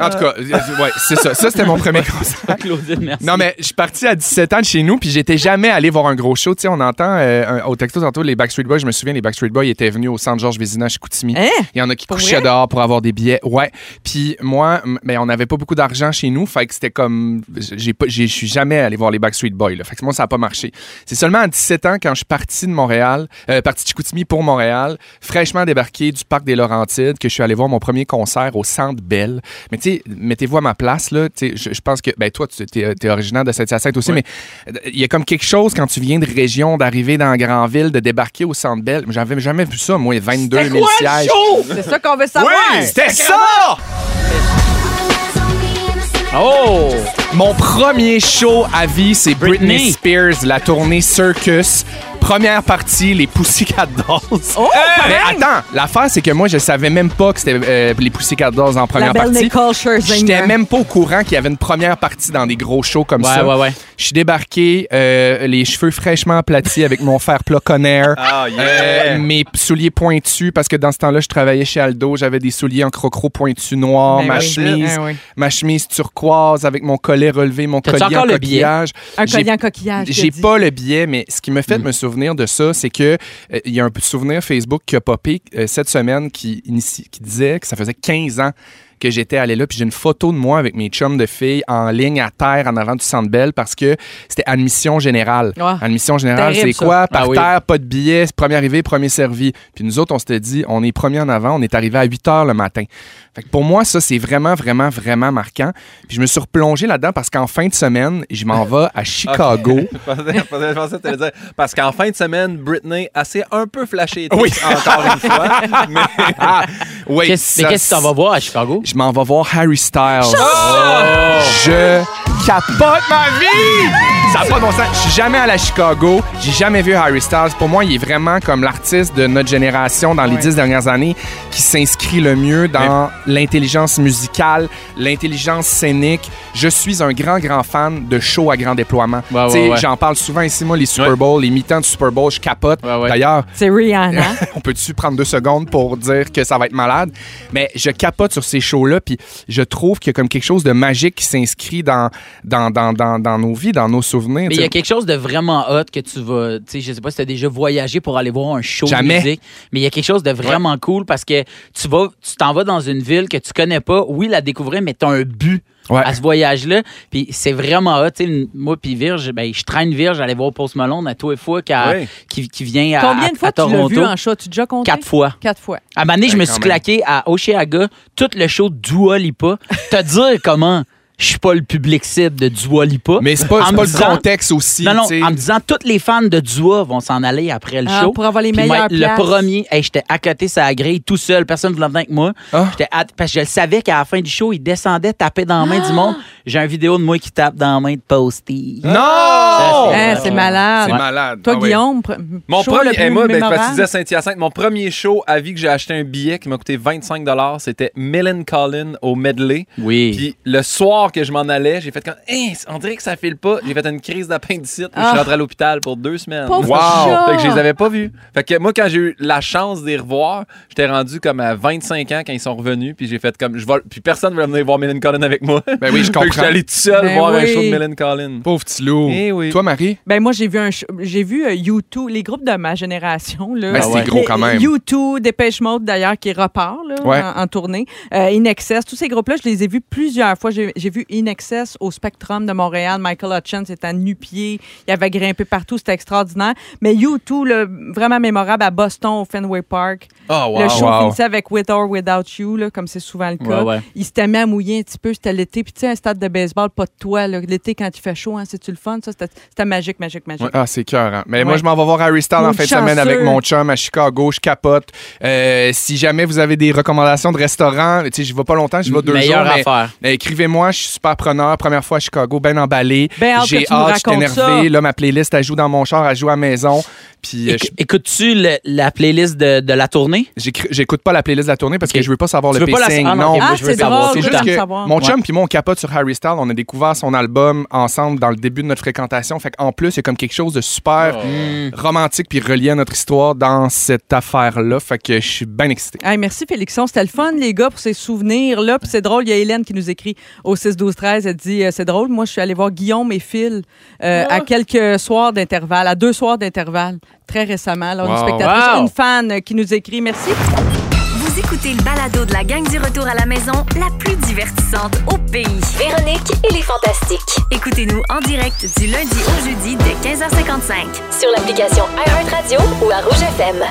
M: En tout cas, euh, ouais, c'est ça. Ça, c'était mon premier concert.
P: Claudine, merci.
M: Non, mais je suis parti à 17 ans de chez nous, puis j'étais jamais allé voir un gros show. Tu sais, on entend euh, un- au texto tantôt les Backstreet Boys. Je me souviens, les Backstreet Boys étaient venus au centre Georges Vézina chez Koutimi.
L: Hein?
M: Il y en a qui
L: Pour
M: couchaient
L: vrai?
M: dehors pour avoir des billets. Ouais. Puis moi, m- ben, on n'avait pas beaucoup d'argent chez nous, fait que c'était comme. j'ai pas- j'ai- Je suis jamais allé voir les Backstreet Boys. Là. Fait que moi, ça n'a pas marché. C'est seulement à 17 ans, quand je suis parti de Montréal, euh, parti de Chicoutimi pour Montréal, fraîchement débarqué du parc des Laurentides, que je suis allé voir mon premier concert au Centre Bell. Mais tu sais, mettez-vous à ma place, là. Tu sais, Je, je pense que, ben toi, tu es, originaire de Saint-Hyacinthe aussi, mais euh, il y a comme quelque chose quand tu viens de région, d'arriver dans la grande ville, de débarquer au Centre Bell. J'avais jamais vu ça, moi, 22 000 sièges.
L: C'est ça qu'on veut savoir.
M: Oui, c'était ça! Oh! Mon premier show à vie, c'est Britney.
P: Britney.
M: Spears, la tournée Circus. Première partie, les Pussycat Dolls.
L: Oh,
M: Mais attends, l'affaire, c'est que moi, je savais même pas que c'était euh, les Pussycat Dolls en première
L: belle
M: partie.
L: Nicole Scherzinger.
M: J'étais même pas au courant qu'il y avait une première partie dans des gros shows comme
P: Ouais,
M: ça.
P: ouais, ouais.
M: Je suis débarqué, euh, les cheveux fraîchement aplatis avec mon fer plat Conair. euh,
K: Ah, yeah.
M: mes souliers pointus, parce que dans ce temps-là, je travaillais chez Aldo. J'avais des souliers en crocro pointus noirs,
L: Ben
M: ma
L: oui.
M: chemise
L: Ben oui.
M: ma chemise turquoise avec mon collet relevé, mon
P: T'as-tu
M: collier en
P: encore le billet?
M: coquillage.
L: Un
M: J'ai-
L: collier en coquillage. t'as
M: J'ai
L: dit.
M: pas le billet, mais ce qui me fait de me souvenir de ça, c'est que euh, il y a un souvenir Facebook qui a popé euh, cette semaine qui, initie- qui disait que ça faisait 15 ans que j'étais allé là, puis j'ai une photo de moi avec mes chums de filles en ligne à terre en avant du Centre Bell parce que c'était admission générale.
L: Ouais.
M: Admission générale,
L: Terrible,
M: c'est
L: ça.
M: quoi? Par
L: Ah oui.
M: terre, pas de billets, premier arrivé, premier servi. Puis nous autres, on s'était dit, on est premier en avant, on est arrivé à 8 heures le matin. Fait que pour moi, ça, c'est vraiment, vraiment, vraiment marquant. Puis je me suis replongé là-dedans parce qu'en fin de semaine, je m'en vais à Chicago.
K: Ok. (laughs) je pensais, je pensais- je pensais que t'allais dire. Parce qu'en fin de semaine, Britney a s'est un peu flashé
M: Oui.
K: encore une fois. Mais
M: Oui,
P: Qu'est-ce- mais
M: ça-
P: qu'est-ce que t'en vas voir à Chicago?
M: Je m'en vais voir Harry Styles. Oh! Je capote ma vie! Ça n'a pas de bon sens. Je suis jamais allé à Chicago. J'ai jamais vu Harry Styles. Pour moi, il est vraiment comme l'artiste de notre génération dans les dix dernières années qui s'inscrit le mieux dans l'intelligence musicale, l'intelligence scénique. Je suis un grand, grand fan de shows à grand déploiement.
P: Ouais,
M: Tu sais,
P: ouais, ouais.
M: J'en parle souvent ici, moi, les Super Bowl, les mi-temps du Super Bowl, je capote. D'ailleurs,
L: C'est Rihanna.
M: (laughs) on peut-tu prendre deux secondes pour dire que ça va être malade? Mais je capote sur ces shows-là, puis je trouve qu'il y a comme quelque chose de magique qui s'inscrit dans, dans, dans, dans, dans nos vies, dans nos souvenirs.
P: Mais
M: tu
P: il y a
M: sais.
P: quelque chose de vraiment hot que tu vas. Tu sais, je sais pas si tu as déjà voyagé pour aller voir un show
M: Jamais.
P: de musique, mais il y a quelque chose de vraiment cool parce que tu vas, tu t'en vas dans une ville que tu connais pas. Oui, la découvrir, mais tu as un but. À ce voyage-là. Puis c'est vraiment hot. Tu sais, moi, puis Virge, ben, je traîne Virge, aller voir Post Malone à tous les fois qu'à-
L: Oui.
P: qui, qui vient à,
L: Combien
P: à-
L: de fois
P: à
L: tu l'as
P: Toronto.
L: vu en chat? Tu as déjà compté?
P: Quatre fois.
L: Quatre fois.
P: À un moment donné, je
M: Ben,
L: Ouais,
P: me
L: quand
P: suis
L: même.
P: claqué à Oceaga tout le show de Dua
M: (laughs)
P: Lipa. Te dire comment je suis pas le public cible de Dua Lipa.
M: Mais c'est pas-
P: En
M: c'est
P: me
M: pas le contexte aussi,
P: Non, non,
M: tu sais.
P: en me disant tous les fans de Dua vont s'en aller après le
L: Ah,
P: show.
L: pour avoir les
P: Puis
L: meilleures
P: moi,
L: places.
P: Le premier, hey, j'étais à côté sa grille tout seul, personne ne voulait venir avec moi.
M: Ah.
P: J'étais à- parce que je le savais qu'à la fin du show, il descendait, tapait dans la main
L: Ah.
P: du monde. J'ai une vidéo de moi qui tape dans la main de Posty.
M: Non!
P: Ça, euh,
L: Hein, c'est malade.
K: C'est malade.
L: Toi,
K: Ah oui.
L: Guillaume, pr-
K: Mon
L: show
K: premier,
L: le plus
K: eh, moi, ben, parce que tu
L: mémorable.
K: disais Saint-Hyacinthe, mon premier show à vie que j'ai acheté un billet qui m'a coûté 25 c'était Millen Collin au Medley.
P: Oui.
K: Puis le soir
Q: soir que je m'en allais, j'ai fait comme, Hein, on dirait que ça file pas. J'ai fait une crise d'appendicite. puis Je
P: Ah.
Q: suis rentré à l'hôpital pour deux semaines.
P: Pauvre chat.
Q: Fait que je les avais pas vus. Fait que moi, quand j'ai eu la chance d'y revoir, j'étais rendu comme à 25 ans quand ils sont revenus. Puis j'ai fait comme, je vais- Puis personne ne voulait venir voir Mélanie Collin avec moi.
M: Ben oui,
Q: (laughs)
M: je
Q: Fait que
M: comprends.
Q: j'étais allé tout seul
M: Ben
Q: voir
M: oui.
Q: un show de Eh Mélanie Collin.
M: Pauvre petit loup. Toi, Marie?
L: Ben moi, j'ai vu un ch- j'ai vu euh, U2, les groupes de ma génération. Là,
M: Ben, c'est Ah ouais. gros
L: Les-
M: quand même.
L: U2, Dépêche Mode d'ailleurs, qui repart là,
M: Ouais.
L: en, en tournée. Euh, In Excess, tous ces groupes-là, je les ai vus plusieurs fois. J'ai j'ai vu In Excess au Spectrum de Montréal. Michael Hutchins était nu-pied. Il avait grimpé partout. C'était extraordinaire. Mais U2, là, vraiment mémorable à Boston, au Fenway Park.
Q: Ah, wow.
L: Le show
Q: Wow.
L: finissait avec With or Without You, là, comme c'est souvent le cas.
Q: Ouais, ouais.
L: Il s'était mis à mouiller un petit peu. C'était l'été. Puis, tu sais, un stade de baseball, pas de toit. là. L'été, quand il fait chaud, hein, c'est-tu le fun? Ça, c'était c'était magique, magique, magique.
M: Ouais, Ah, c'est cœur. Mais
L: Ouais.
M: moi, je m'en vais voir Harry Styles
L: Mon
M: en fin de semaine
L: chanceux.
M: avec mon chum à Chicago. Je capote. Euh, si jamais vous avez des recommandations de restaurants, tu sais, j'y vais pas longtemps, j'y vais deux
P: Meilleure
M: jours. mais-
P: affaire.
M: mais écrivez-moi, je suis super preneur. Première fois à Chicago, ben emballé.
P: Ben hâte que
M: J'ai
P: tu nous
M: hâte, je suis
P: racontes ça.
M: énervé. Là, ma playlist, elle joue dans mon char, elle joue à la maison. Puis, euh, je-
P: Écoutes-tu le- la playlist de, de la tournée?
M: J'écoute pas la playlist de la tournée parce que je veux pas savoir
P: Tu
M: le
P: veux pas la-
M: pacing.
P: ah, non,
M: non,
P: ok, moi, Ah, je veux c'est savoir. drôle,
M: C'est
P: tout le
M: juste
P: temps.
M: que
P: Savoir.
M: mon
P: Ouais.
M: chum puis moi, on capote sur Harry Styles. On a découvert son album ensemble dans le début de notre fréquentation. Fait qu'en plus, il y a comme quelque chose de super
P: Oh.
M: romantique puis relié à notre histoire dans cette affaire-là. Fait que je suis bien excité.
L: Hey, merci Félixon, c'était le fun les gars pour ces souvenirs là, puis c'est drôle, il y a Hélène qui nous écrit au 6 12 13, elle dit euh, c'est drôle, moi je suis allée voir Guillaume et Phil euh, à quelques soirs d'intervalle, à deux soirs d'intervalle très récemment, alors
P: Wow.
L: une spectatrice,
P: Wow.
L: une fan euh, qui nous écrit merci.
A: Vous écoutez le balado de la gang du retour à la maison, la plus divertissante au pays. Véronique et les Fantastiques. Écoutez-nous en direct du lundi au jeudi dès 15h55 sur l'application iHeartRadio ou à Rouge FM.